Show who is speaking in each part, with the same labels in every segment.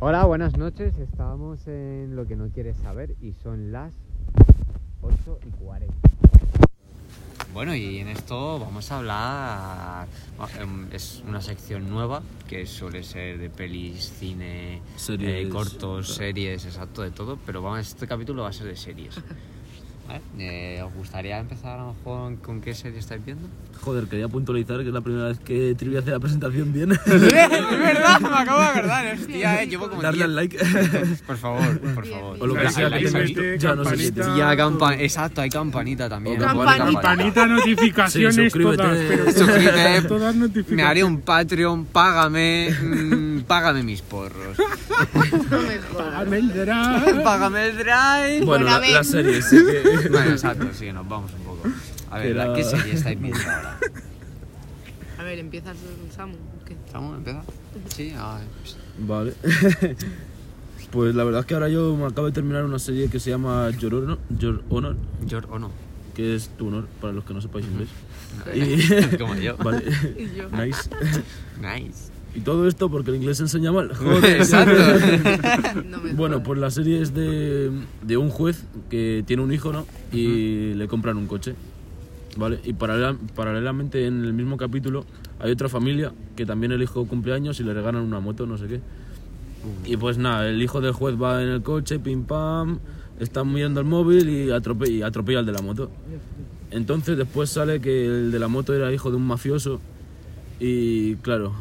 Speaker 1: Hola, buenas noches. Estábamos en lo que no quieres saber y son las 8 y 40. Bueno, y en esto vamos a hablar. em, Es una sección nueva que suele ser de pelis, cine,
Speaker 2: Series.
Speaker 1: eh, cortos, series, exacto, de todo. Pero vamos, este capítulo va a ser de series. ¿Vale? Eh, ¿Os gustaría empezar a lo mejor con qué serie estáis viendo?
Speaker 2: Joder, quería puntualizar que es la primera vez que Trivia hace la presentación bien.
Speaker 1: es verdad, me acabo de acordar, hostia, eh, llevo como
Speaker 2: Darle al
Speaker 1: 10.
Speaker 2: like.
Speaker 1: Por favor, por
Speaker 3: Bien,
Speaker 1: favor.
Speaker 2: o lo que
Speaker 1: Dale
Speaker 2: sea
Speaker 1: al
Speaker 2: que
Speaker 1: like,
Speaker 2: tengáis.
Speaker 1: ¿sabes?
Speaker 4: mete,
Speaker 2: Ya no sé si
Speaker 4: campanita.
Speaker 2: tenéis.
Speaker 1: Ya, campa- exacto, hay campanita también.
Speaker 2: O
Speaker 1: Pon
Speaker 3: campanita.
Speaker 4: Campanita, notificaciones,
Speaker 2: Sí, suscríbete.
Speaker 4: todas. Pero
Speaker 1: Suscríbete.
Speaker 4: todas notificaciones.
Speaker 1: Me haré un Patreon, págame, mm, págame mis porros.
Speaker 3: No me jodas.
Speaker 4: Págame el drag.
Speaker 1: págame el drive.
Speaker 2: Bueno,
Speaker 3: Buena
Speaker 2: la,
Speaker 3: vez.
Speaker 2: la serie sí que...
Speaker 1: Bueno, exacto, sí, nos vamos un poco. A ver,
Speaker 2: Pero-
Speaker 1: ¿la- ¿qué serie estáis viendo ahora?
Speaker 3: A ver, empiezas con Samu. ¿Qué?
Speaker 1: ¿Estamos? ¿Empieza? Sí, a ver.
Speaker 2: Vale. Pues la verdad es que ahora yo me acabo de terminar una serie que se llama Your Honor, Your Honor
Speaker 1: George o no.
Speaker 2: que es tu honor, para los que no sepáis inglés.
Speaker 1: Eh, Como yo.
Speaker 2: Vale.
Speaker 3: Y yo.
Speaker 2: Nice.
Speaker 1: Nice.
Speaker 2: Y todo esto porque el inglés se enseña mal. Joder.
Speaker 1: Exacto.
Speaker 3: No me
Speaker 2: Bueno,
Speaker 3: jodas.
Speaker 2: pues la serie es de, de un juez que tiene un hijo, ¿no? Y le compran un coche. ¿Vale? Y paralela- paralelamente en el mismo capítulo hay otra familia que también el hijo cumple años y le regalan una moto, no sé qué. Y pues nada, el hijo del juez va en el coche, pim pam, está mirando el móvil y, atrope- y atropella al de la moto. Entonces después sale que el de la moto era hijo de un mafioso y claro,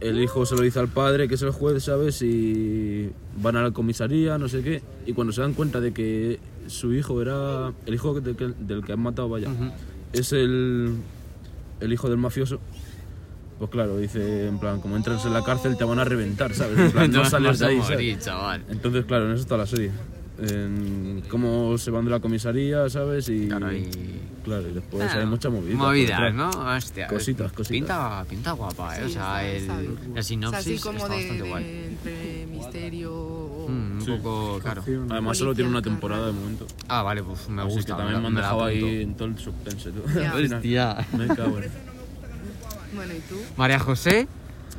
Speaker 2: el hijo se lo dice al padre, que es el juez, ¿sabes? Y van a la comisaría, no sé qué. Y cuando se dan cuenta de que su hijo era. El hijo del que, del que han matado, vaya. Es el. El hijo del mafioso. Pues claro, dice, en plan, como entras en la cárcel te van a reventar, ¿sabes? En plan, no
Speaker 1: Nos
Speaker 2: sales de ahí,
Speaker 1: vamos a morir,
Speaker 2: ¿sabes?
Speaker 1: chaval.
Speaker 2: Entonces, claro, en eso está la serie. En cómo se van de la comisaría, ¿sabes? Y.
Speaker 1: Claro, y-
Speaker 2: Claro, y después
Speaker 1: Ah,
Speaker 2: hay mucha movida.
Speaker 1: Movidas, ¿no? Hostia.
Speaker 2: Cositas, cositas.
Speaker 1: Pinta, pinta guapa, ¿eh? o
Speaker 3: Sí,
Speaker 1: sea,
Speaker 3: está-
Speaker 1: el,
Speaker 3: está bien.
Speaker 1: la
Speaker 3: O sea,
Speaker 1: sinopsis
Speaker 3: así como
Speaker 1: está
Speaker 3: de,
Speaker 1: bastante
Speaker 3: de-
Speaker 1: guay.
Speaker 3: entre misterio o...
Speaker 1: Mm, un poco, claro.
Speaker 2: Además, solo tiene una temporada de momento.
Speaker 1: Ah, vale, pues me
Speaker 2: Así
Speaker 1: gusta.
Speaker 2: que también me han
Speaker 1: la
Speaker 2: dejado
Speaker 1: apunto.
Speaker 2: ahí en todo el suspense, tú.
Speaker 3: Ya.
Speaker 1: Hostia.
Speaker 2: Me cago en.
Speaker 3: Bueno, ¿y tú?
Speaker 1: María José.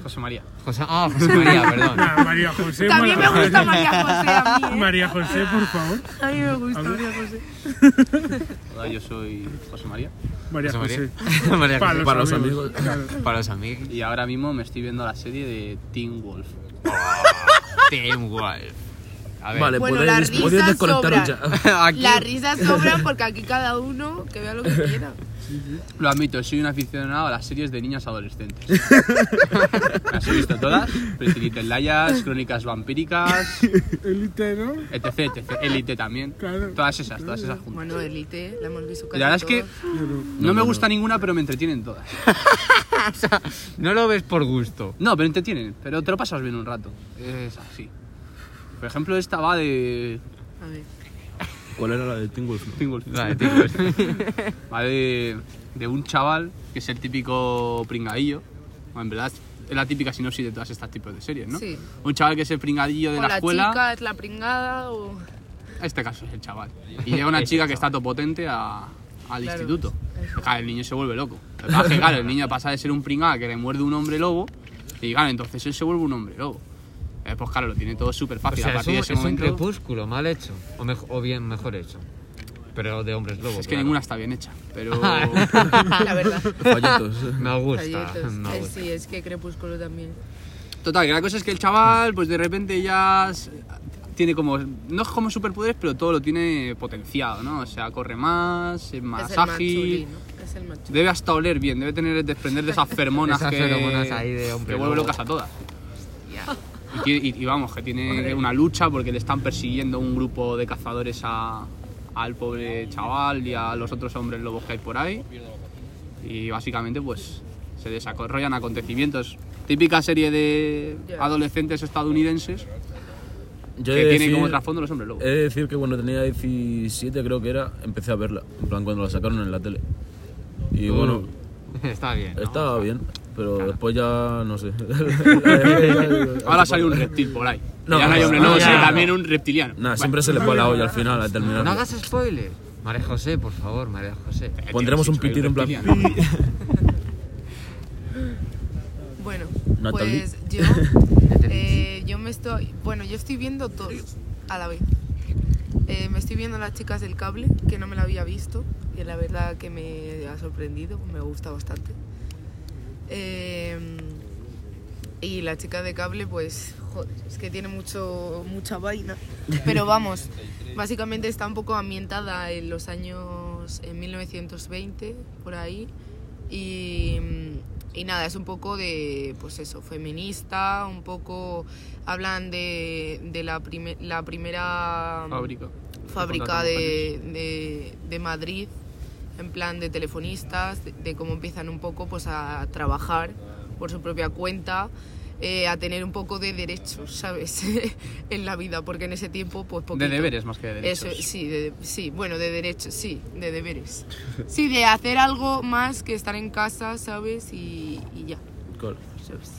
Speaker 5: José María.
Speaker 1: José ah, José María, perdón.
Speaker 4: Ah, María José.
Speaker 3: También me
Speaker 4: María
Speaker 3: gusta
Speaker 4: José.
Speaker 3: María José a mí, ¿eh?
Speaker 4: María José, por favor.
Speaker 3: A mí me gusta María José.
Speaker 5: Hola, yo soy José María.
Speaker 4: María
Speaker 1: José
Speaker 4: José.
Speaker 1: María. María José.
Speaker 2: Para
Speaker 4: Para los,
Speaker 2: los
Speaker 4: amigos.
Speaker 2: amigos.
Speaker 4: Claro.
Speaker 1: Para los amigos.
Speaker 5: Y ahora mismo me estoy viendo la serie de Teen Wolf.
Speaker 1: Team Wolf. A ver.
Speaker 2: Vale,
Speaker 3: Bueno,
Speaker 2: podéis,
Speaker 3: las
Speaker 2: podéis
Speaker 3: risas
Speaker 2: desconectaros
Speaker 3: sobran.
Speaker 2: ya.
Speaker 1: Aquí-
Speaker 3: Las risas sobran porque aquí cada uno que vea lo que quiera.
Speaker 5: Lo admito, soy un aficionado a las series de niñas adolescentes. las he visto todas. Pretty Little Liars, Crónicas Vampíricas,
Speaker 4: Elite, ¿no?
Speaker 5: etc, etc. Elite también.
Speaker 4: Claro.
Speaker 5: Todas esas, todas esas juntas.
Speaker 3: Bueno, Elite, la hemos visto
Speaker 5: Y
Speaker 3: casi
Speaker 5: la verdad es que
Speaker 3: todos.
Speaker 5: no me gusta ninguna, pero me entretienen todas.
Speaker 1: No lo ves por gusto.
Speaker 5: No, pero entretienen. Pero te lo pasas bien un rato. Es así. Por ejemplo, esta va de...
Speaker 3: A ver,
Speaker 2: ¿Cuál era la de Teen Wolf?
Speaker 5: Teen Wolf.
Speaker 1: Vale, Teen Wolf.
Speaker 5: Va de, de un chaval que es el típico pringadillo. Bueno, En verdad, es la típica sinopsis de todas estas tipos de series, ¿no?
Speaker 3: Sí.
Speaker 5: Un chaval que es el pringadillo de
Speaker 3: o
Speaker 5: la,
Speaker 3: la
Speaker 5: escuela.
Speaker 3: chica es la pringada o...
Speaker 5: En este caso es el chaval. Y llega una chica que está topotente a, al
Speaker 3: Claro,
Speaker 5: instituto. Claro, el niño se vuelve loco. Lo que pasa es que, claro, el niño pasa de ser un pringado que le muerde un hombre lobo. Y claro, entonces él se vuelve un hombre lobo. Eh, pues claro, lo tiene todo súper
Speaker 1: O
Speaker 5: fácil.
Speaker 1: sea,
Speaker 5: a
Speaker 1: es
Speaker 5: partir
Speaker 1: un,
Speaker 5: de ese
Speaker 1: es un
Speaker 5: momento.
Speaker 1: crepúsculo mal hecho. O, mejo- o bien mejor hecho. Pero de hombres lobos.
Speaker 5: es que
Speaker 1: claro.
Speaker 5: ninguna está bien hecha. Pero.
Speaker 1: Ah,
Speaker 3: Ah, La verdad.
Speaker 2: Fallitos. eh.
Speaker 1: Me gusta.
Speaker 3: Galletas.
Speaker 1: Me
Speaker 3: Eh,
Speaker 1: gusta.
Speaker 3: Sí, es que Crepúsculo también.
Speaker 5: Total, que la cosa es que el chaval, pues de repente ya s- tiene como, no es como superpoderes, pero todo lo tiene potenciado, ¿no? O sea, corre más, es más
Speaker 3: es el
Speaker 5: ágil.
Speaker 3: machulín, ¿no? Es el machulín.
Speaker 5: Debe hasta oler bien, debe tener desprender de esas feromonas
Speaker 1: Esas
Speaker 5: que,
Speaker 1: feromonas ahí de hombre
Speaker 5: que vuelve
Speaker 1: lobo.
Speaker 5: locas a todas. Y, tiene- y- y vamos, que tiene una lucha porque le están persiguiendo un grupo de cazadores a- al pobre chaval y a los otros hombres lobos que hay por ahí. Y básicamente pues se desarrollan acontecimientos. Típica serie de
Speaker 3: Ya.
Speaker 5: adolescentes estadounidenses
Speaker 2: Yo
Speaker 5: que
Speaker 2: he de
Speaker 5: tienen
Speaker 2: decir- Eh,
Speaker 5: como trasfondo los hombres lobos.
Speaker 2: He de decir que cuando tenía 17, creo que era, empecé a verla. En plan, cuando la sacaron en la tele. Y
Speaker 1: Uh.
Speaker 2: bueno,
Speaker 1: Está bien. ¿no?
Speaker 2: estaba bien, pero después ya no sé.
Speaker 5: Ahora sale un reptil por ahí.
Speaker 2: No,
Speaker 5: ya no hay hombre
Speaker 2: no,
Speaker 5: lobo,
Speaker 2: ya,
Speaker 5: sino
Speaker 2: no.
Speaker 5: también un reptiliano.
Speaker 2: Nada, siempre se le fue la olla al final, al terminar.
Speaker 1: No hagas spoiler. María José, por favor, María José.
Speaker 5: Eh,
Speaker 2: Pondremos un pitido en plan.
Speaker 5: Reptiliano.
Speaker 3: Bueno,
Speaker 2: Natalie.
Speaker 3: Pues yo, eh, yo me estoy, bueno, yo estoy viendo todos a la vez. Eh, me estoy viendo las chicas del cable, que no me la había visto, y la verdad que me ha sorprendido, me gusta bastante. Eh, y la chica de cable, pues, joder, es que tiene mucho, mucha vaina. Pero vamos, básicamente está un poco ambientada en los años en 1920, por ahí. Y, y nada, es un poco de, pues eso, feminista, un poco hablan de, de la, prime- la primera
Speaker 5: Fábrica.
Speaker 3: fábrica
Speaker 5: Contratan
Speaker 3: de, de, de Madrid, en plan de telefonistas, de, de cómo empiezan un poco pues, a trabajar por su propia cuenta, eh, a tener un poco de derechos, ¿sabes? en la vida, porque en ese tiempo, pues
Speaker 5: paquetes.
Speaker 3: poquito.
Speaker 5: De deberes más que de derechos.
Speaker 3: Eso, sí, de- sí, bueno, de derechos, sí, de deberes. Sí, de hacer algo más que estar en casa, ¿sabes? Y, y ya,
Speaker 2: Claro.
Speaker 3: ¿sabes?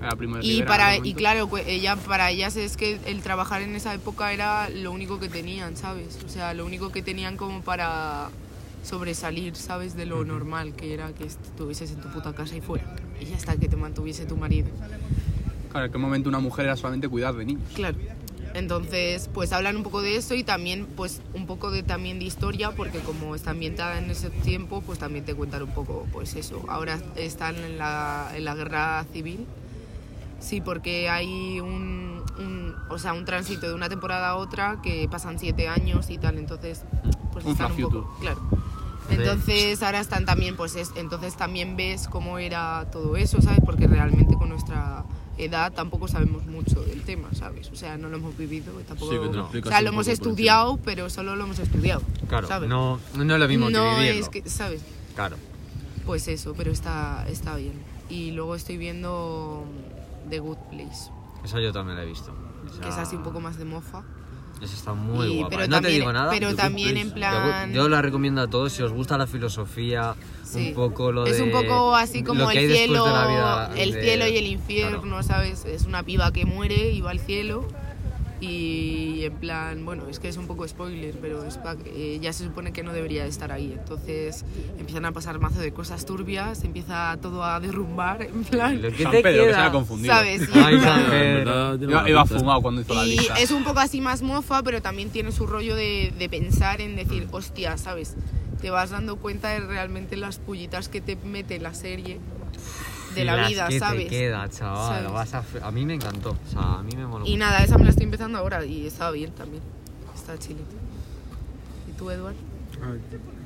Speaker 5: Era primo de
Speaker 3: Y,
Speaker 5: Rivera
Speaker 3: para,
Speaker 5: en algún
Speaker 3: y
Speaker 5: momento.
Speaker 3: claro, cu- ella, para ellas es que el trabajar en esa época era lo único que tenían, ¿sabes? O sea, lo único que tenían como para sobresalir, ¿sabes? De lo normal que era que estuvieses en tu puta casa y fuera. Y ya está, que te mantuviese tu marido.
Speaker 5: Claro, en aquel momento una mujer era solamente cuidar de niños.
Speaker 3: Claro. Entonces, pues hablan un poco de eso y también, pues, un poco de también de historia, porque como está ambientada en ese tiempo, pues también te cuentan un poco, pues eso. Ahora están en la, en la guerra civil, sí, porque hay un, un- o sea, un tránsito de una temporada a otra que pasan siete años y tal, entonces, pues
Speaker 5: Un
Speaker 3: están
Speaker 5: flash
Speaker 3: un poco,
Speaker 5: future.
Speaker 3: claro. Entonces ahora están también, pues es- entonces también ves cómo era todo eso, ¿sabes? Porque realmente con nuestra edad tampoco sabemos mucho del tema, ¿sabes? O sea, no lo hemos vivido, tampoco...
Speaker 2: Sí, que te lo
Speaker 3: o
Speaker 2: explicas
Speaker 3: sea,
Speaker 2: un
Speaker 3: lo hemos
Speaker 2: poco por
Speaker 3: estudiado, pero solo lo hemos estudiado,
Speaker 1: Claro,
Speaker 3: ¿sabes?
Speaker 1: no, no es lo mismo
Speaker 3: No
Speaker 1: que vivirlo.
Speaker 3: es que, ¿sabes?
Speaker 1: Claro.
Speaker 3: Pues eso, pero está, está bien. Y luego estoy viendo The Good Place,
Speaker 1: Esa yo también la he visto. Esa,
Speaker 3: que es así un poco más de mofa.
Speaker 1: Esa está muy
Speaker 3: Y-
Speaker 1: guapa.
Speaker 3: pero
Speaker 1: no te
Speaker 3: también-
Speaker 1: digo nada.
Speaker 3: pero
Speaker 1: The Good
Speaker 3: también en
Speaker 1: Place.
Speaker 3: plan-
Speaker 1: The Good- Yo la recomiendo a todos si os gusta la filosofía,
Speaker 3: Sí.
Speaker 1: un poco lo
Speaker 3: es
Speaker 1: de.
Speaker 3: un poco así
Speaker 1: lo
Speaker 3: como
Speaker 1: que hay
Speaker 3: el
Speaker 1: después
Speaker 3: cielo,
Speaker 1: de la vida
Speaker 3: el
Speaker 1: de-
Speaker 3: cielo y el infierno,
Speaker 1: Claro.
Speaker 3: ¿sabes? Es una piba que muere y va al cielo y en plan, bueno, es que es un poco spoiler, pero es pa- eh, ya se supone que no debería de estar ahí, entonces empiezan a pasar mazo de cosas turbias, empieza todo a derrumbar, en plan,
Speaker 1: Lo que
Speaker 5: San
Speaker 1: te
Speaker 5: Pedro, que
Speaker 1: queda.
Speaker 5: se había confundido.
Speaker 3: ¿sabes? Y
Speaker 1: Ay,
Speaker 3: en plan-
Speaker 1: San Pedro.
Speaker 5: Iba, iba fumado cuando hizo la
Speaker 3: y
Speaker 5: lista.
Speaker 3: es un poco así más mofa, pero también tiene su rollo de, de pensar en decir,
Speaker 1: Mm.
Speaker 3: hostia, ¿sabes? Te vas dando cuenta de realmente las pullitas que te mete la serie de la
Speaker 1: Las
Speaker 3: vida,
Speaker 1: que
Speaker 3: ¿sabes?
Speaker 1: Te queda, chaval.
Speaker 3: ¿Sabes?
Speaker 1: lo vas a, fe- a mí me encantó. O sea, a mí me moló.
Speaker 3: Y
Speaker 1: mucho.
Speaker 3: nada, esa me la estoy empezando ahora y está bien también. Está chile. ¿Y tú, Eduard?
Speaker 4: Ay,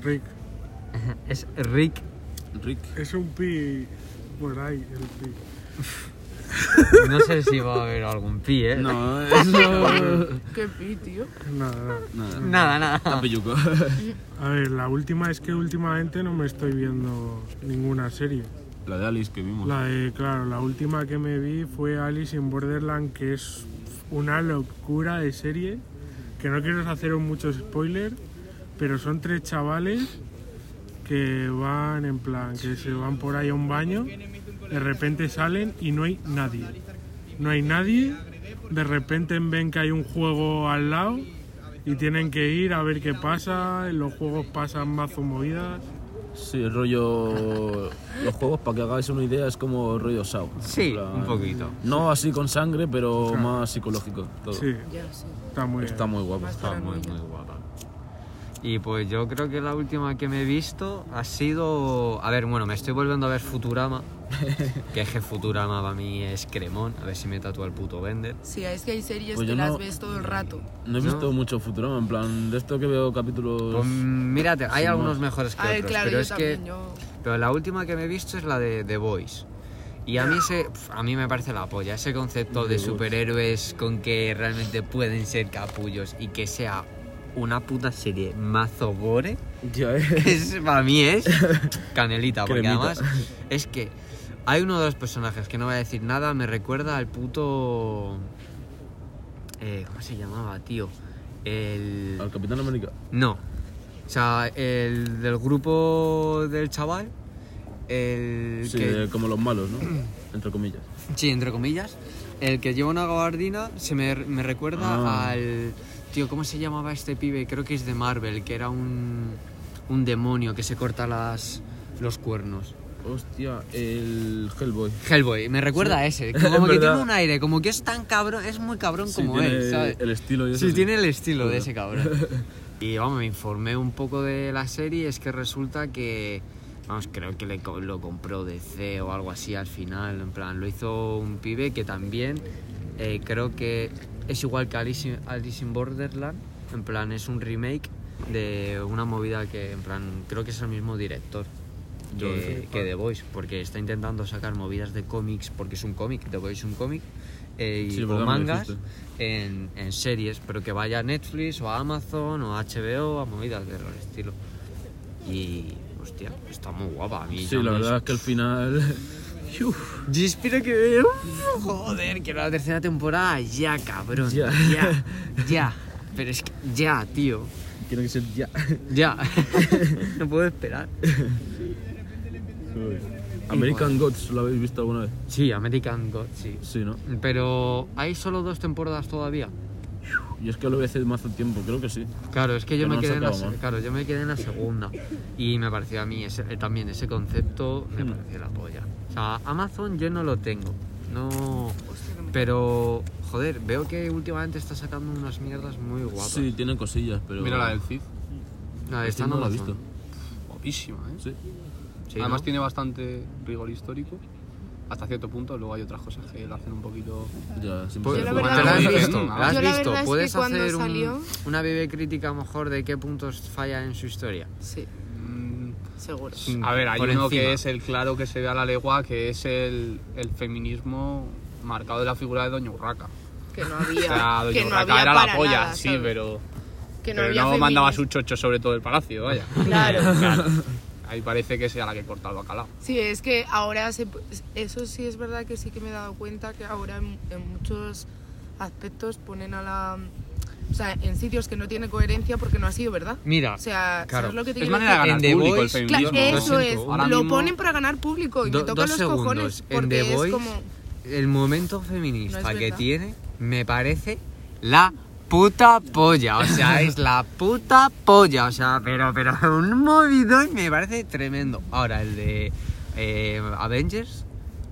Speaker 4: Rick,
Speaker 1: Es Rick.
Speaker 2: Rick.
Speaker 4: es un pi por ahí, el pi.
Speaker 1: No sé si va a haber algún pi, ¿eh?
Speaker 2: No, eso.
Speaker 3: Qué pi, tío.
Speaker 4: Nada, nada.
Speaker 2: Nada,
Speaker 1: Nada, nada.
Speaker 2: está pilluco.
Speaker 4: A ver, la última es que últimamente no me estoy viendo ninguna serie.
Speaker 2: La de Alice que vimos.
Speaker 4: La de, claro, la última que me vi fue Alice in Borderland, que es una locura de serie, que no quiero haceros muchos spoilers, pero son tres chavales que van en plan, que se van por ahí a un baño, de repente salen y no hay nadie. No hay nadie, de repente ven que hay un juego al lado y tienen que ir a ver qué pasa, en los juegos pasan mazo movidas.
Speaker 2: Sí, el rollo. Los juegos, para que hagáis una idea, es como rollo Sao.
Speaker 1: Sí,
Speaker 2: En plan,
Speaker 1: un poquito.
Speaker 2: No así con sangre, pero más psicológico. Todo.
Speaker 4: Sí,
Speaker 3: Ya, sí.
Speaker 4: está muy
Speaker 2: Está
Speaker 4: bien.
Speaker 2: muy guapo.
Speaker 3: Más
Speaker 1: Está muy,
Speaker 3: paranoia.
Speaker 1: muy guapa. Y pues yo creo que la última que me he visto ha sido. A ver, bueno, me estoy volviendo a ver Futurama. que es que Futurama para mí es cremón. A ver si me tatúa el puto Bender.
Speaker 3: Sí, es que hay series
Speaker 2: Pues
Speaker 3: que
Speaker 2: yo
Speaker 3: las
Speaker 2: no-
Speaker 3: ves todo el rato.
Speaker 2: No he
Speaker 1: No.
Speaker 2: visto mucho Futurama, en plan, de esto que veo capítulos.
Speaker 1: Pues mírate, hay algunos mejores que
Speaker 3: A ver,
Speaker 1: otros.
Speaker 3: claro,
Speaker 1: pero
Speaker 3: yo
Speaker 1: es
Speaker 3: también,
Speaker 1: que.
Speaker 3: yo...
Speaker 1: Pero la última que me he visto es la de The Voice. Y a mí, se, pf, a mí me parece la polla. Ese concepto de superhéroes con que realmente pueden ser capullos y que sea una puta serie mazo gore.
Speaker 2: Ya, eh.
Speaker 1: Es, para mí es canelita, porque
Speaker 2: Cremita.
Speaker 1: además es que hay uno de los personajes que no voy a decir nada, me recuerda al puto... eh, ¿Cómo se llamaba, tío? El...
Speaker 2: Al Capitán América.
Speaker 1: No. O sea, el del grupo del chaval, el
Speaker 2: Sí,
Speaker 1: que...
Speaker 2: como los malos, ¿no? Entre comillas.
Speaker 1: Sí, entre comillas. El que lleva una gabardina se me, me recuerda
Speaker 2: Ah.
Speaker 1: al... Tío, ¿cómo se llamaba este pibe? Creo que es de Marvel, que era un, un demonio que se corta las, los cuernos.
Speaker 2: Hostia, el Hellboy.
Speaker 1: Hellboy, me recuerda
Speaker 2: Sí.
Speaker 1: a ese.
Speaker 2: Es
Speaker 1: Como que
Speaker 2: verdad.
Speaker 1: tiene un aire, como que es tan cabrón, es muy cabrón
Speaker 2: Sí,
Speaker 1: como
Speaker 2: tiene
Speaker 1: él, ¿sabes?
Speaker 2: el estilo y eso
Speaker 1: Sí,
Speaker 2: sí.
Speaker 1: tiene el estilo de
Speaker 2: Joder.
Speaker 1: ese cabrón. Y vamos, me informé un poco de la serie, es que resulta que, vamos, creo que le co- lo compró DC o algo así al final, en plan, lo hizo un pibe que también eh, creo que es igual que Alice in, Alice in Borderland, en plan, es un remake de una movida que, en plan, creo que es el mismo director.
Speaker 2: Yo
Speaker 1: Que,
Speaker 2: sí,
Speaker 1: que
Speaker 2: ah.
Speaker 1: The Voice, porque está intentando sacar movidas de cómics, porque es un cómic, The Voice es un cómic, eh, y
Speaker 2: Sí,
Speaker 1: o
Speaker 2: verdad, me lo
Speaker 1: mangas,
Speaker 2: dijiste.
Speaker 1: en, en series, pero que vaya a Netflix o a Amazon o a HBO, a movidas de los estilo. Y, hostia, está muy guapa a mí.
Speaker 2: Sí,
Speaker 1: ya
Speaker 2: la
Speaker 1: me-
Speaker 2: verdad es que al final.
Speaker 1: Yo espero que... uf, Joder, que la tercera temporada ya, cabrón.
Speaker 2: Ya.
Speaker 1: ya. ya. Pero es que ya, tío.
Speaker 2: Tiene que ser ya.
Speaker 1: Ya. no puedo esperar.
Speaker 2: American Gods, ¿lo habéis visto alguna vez?
Speaker 1: Sí, American God, sí.
Speaker 2: Sí, ¿no?
Speaker 1: Pero hay solo dos temporadas todavía.
Speaker 2: Y es que lo vi hace más tiempo, creo que sí.
Speaker 1: Claro, es que yo
Speaker 2: Pero
Speaker 1: me,
Speaker 2: no
Speaker 1: quedé en la,
Speaker 2: sacaba
Speaker 1: se-
Speaker 2: más.
Speaker 1: claro, yo me quedé en la segunda. Y me pareció a mí ese- eh, también ese concepto, me
Speaker 2: Hmm.
Speaker 1: pareció la polla. O sea, Amazon yo no lo tengo. No. Pero, joder, veo que últimamente está sacando unas mierdas muy guapas.
Speaker 2: Sí, tiene cosillas, pero.
Speaker 5: Mira la del Cid.
Speaker 1: No, está en
Speaker 2: no la he
Speaker 1: Amazon.
Speaker 2: visto.
Speaker 5: Guapísima, ¿eh?
Speaker 2: Sí.
Speaker 1: Sí,
Speaker 5: Además
Speaker 1: ¿no?
Speaker 5: tiene bastante rigor histórico. Hasta cierto punto, luego hay otras cosas que la hacen un poquito...
Speaker 2: Ya, siempre
Speaker 1: Pues,
Speaker 2: se
Speaker 3: Yo la
Speaker 2: puede.
Speaker 3: verdad
Speaker 1: ¿te la has
Speaker 5: es que-
Speaker 1: visto? ¿La
Speaker 5: Yo la
Speaker 1: has
Speaker 3: verdad
Speaker 1: visto?
Speaker 3: es que
Speaker 1: ¿Puedes
Speaker 3: cuando
Speaker 1: hacer un-
Speaker 3: salió-
Speaker 1: una breve crítica mejor de qué puntos falla en su historia?
Speaker 3: Sí,
Speaker 5: mm,
Speaker 3: seguro.
Speaker 1: Sí.
Speaker 5: A ver, hay
Speaker 1: Por
Speaker 5: uno
Speaker 1: encima.
Speaker 5: que es el claro que se ve a la legua, que es el, el feminismo marcado de la figura de Doña Urraca.
Speaker 3: Que no
Speaker 5: O sea,
Speaker 3: había.
Speaker 5: Doña
Speaker 3: que no
Speaker 5: Urraca
Speaker 3: había
Speaker 5: era
Speaker 3: para
Speaker 5: la polla,
Speaker 3: nada,
Speaker 5: sí,
Speaker 3: ¿sabes?
Speaker 5: pero
Speaker 3: Que no
Speaker 5: pero
Speaker 3: había
Speaker 5: no mandaba su
Speaker 3: feminismo.
Speaker 5: chocho sobre todo el palacio, vaya.
Speaker 3: Claro.
Speaker 5: Ahí parece que sea la que corta el bacalao.
Speaker 3: Sí, es que ahora se pu- eso sí es verdad que sí que me he dado cuenta que ahora en, en muchos aspectos ponen a la o sea, en sitios que no tiene coherencia porque no ha sido verdad.
Speaker 1: Mira,
Speaker 3: O sea,
Speaker 1: Ah, Claro.
Speaker 3: ¿sabes lo que te
Speaker 5: Es
Speaker 3: quiero
Speaker 5: manera de
Speaker 3: decir?
Speaker 5: ganar
Speaker 1: En The
Speaker 5: público el
Speaker 1: Voys,
Speaker 3: Cla-
Speaker 5: feminismo.
Speaker 1: ganar
Speaker 3: eso
Speaker 1: Lo
Speaker 3: es,
Speaker 1: siento,
Speaker 5: ahora
Speaker 3: lo
Speaker 5: mismo-
Speaker 3: ponen para ganar público y
Speaker 1: Do-
Speaker 3: me toca
Speaker 1: dos
Speaker 3: los
Speaker 1: segundos.
Speaker 3: cojones
Speaker 1: En
Speaker 3: porque
Speaker 1: The Voice,
Speaker 3: es como
Speaker 1: el momento
Speaker 3: No
Speaker 1: feminista
Speaker 3: es
Speaker 1: que
Speaker 3: verdad.
Speaker 1: tiene me parece la puta polla. O sea, es la puta polla. O sea, pero, pero un movidón me parece tremendo. Ahora, el de eh, Avengers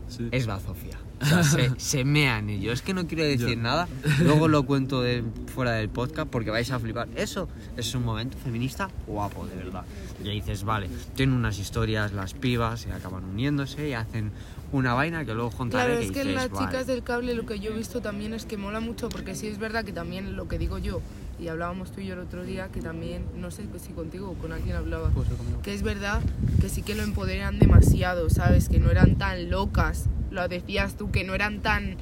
Speaker 2: Sí.
Speaker 1: es bazofia. O sea, se, se mean ellos. Es que no quiero decir
Speaker 2: Ya.
Speaker 1: nada. Luego lo cuento de- fuera del podcast porque vais a flipar. Eso es un momento feminista guapo, de verdad. Y ahí dices, vale, tienen unas historias las pibas y acaban uniéndose y hacen una vaina que luego juntaré.
Speaker 3: Claro, es que en
Speaker 1: dices,
Speaker 3: las
Speaker 1: vale.
Speaker 3: chicas del cable lo que yo he visto también es que mola mucho, porque sí es verdad que también lo que digo yo, y hablábamos tú y yo el otro día, que también, no sé pues si contigo o con alguien hablaba,
Speaker 5: Pues
Speaker 3: que es verdad que sí que lo empoderan demasiado, ¿sabes? Que no eran tan locas, lo decías tú, que no eran tan,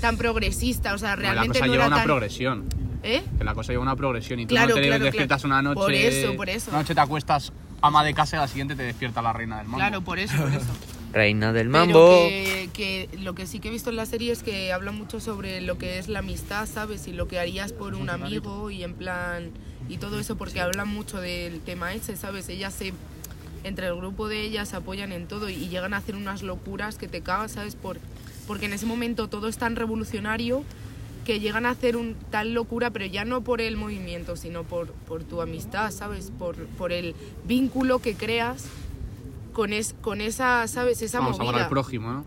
Speaker 3: tan progresistas, o sea,
Speaker 5: Bueno, la
Speaker 3: realmente
Speaker 5: cosa
Speaker 3: no
Speaker 5: lleva
Speaker 3: era
Speaker 5: una
Speaker 3: tan...
Speaker 5: progresión.
Speaker 3: ¿Eh?
Speaker 5: Que la cosa lleva una progresión y tú
Speaker 3: Claro,
Speaker 5: no te
Speaker 3: claro,
Speaker 5: despiertas
Speaker 3: claro.
Speaker 5: una noche.
Speaker 3: Por eso, por eso.
Speaker 5: Una noche te acuestas ama de casa y a la siguiente te despierta la reina del mambo.
Speaker 3: Claro, por eso, por eso.
Speaker 1: Reina del
Speaker 3: Pero
Speaker 1: mambo.
Speaker 3: que, que lo que sí que he visto en la serie es que habla mucho sobre lo que es la amistad, ¿sabes? Y lo que harías por un amigo y en plan... Y todo eso porque hablan mucho del tema ese, ¿sabes? Ellas se... Entre el grupo de ellas se apoyan en todo y llegan a hacer unas locuras que te cagas, ¿sabes? Por, porque en ese momento todo es tan revolucionario que llegan a hacer un tal locura, pero ya no por el movimiento, sino por, por tu amistad, ¿sabes? Por, por el vínculo que creas con, es, con esa, ¿sabes? Esa
Speaker 5: Vamos a
Speaker 3: movida.
Speaker 5: hablar al prójimo, ¿no?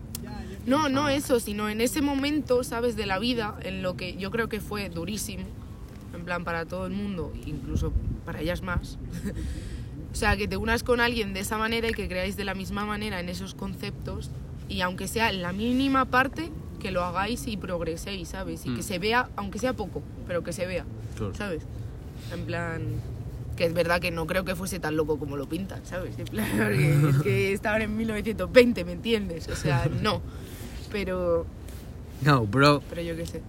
Speaker 3: No, no eso, sino en ese momento, ¿sabes? De la vida, en lo que yo creo que fue durísimo, en plan para todo el mundo, incluso para ellas más. o sea, que te unas con alguien de esa manera y que creáis de la misma manera en esos conceptos, y aunque sea en la mínima parte, que lo hagáis y progreséis, ¿sabes? Y que
Speaker 5: Mm.
Speaker 3: se vea, aunque sea poco, pero que se vea,
Speaker 2: Claro.
Speaker 3: ¿sabes? En plan. Que es verdad que no creo que fuese tan loco como lo pintan, ¿sabes? En plan, porque es que estaban en 1920, ¿me entiendes? O sea, no. Pero,
Speaker 1: No, bro.
Speaker 3: pero yo qué sé.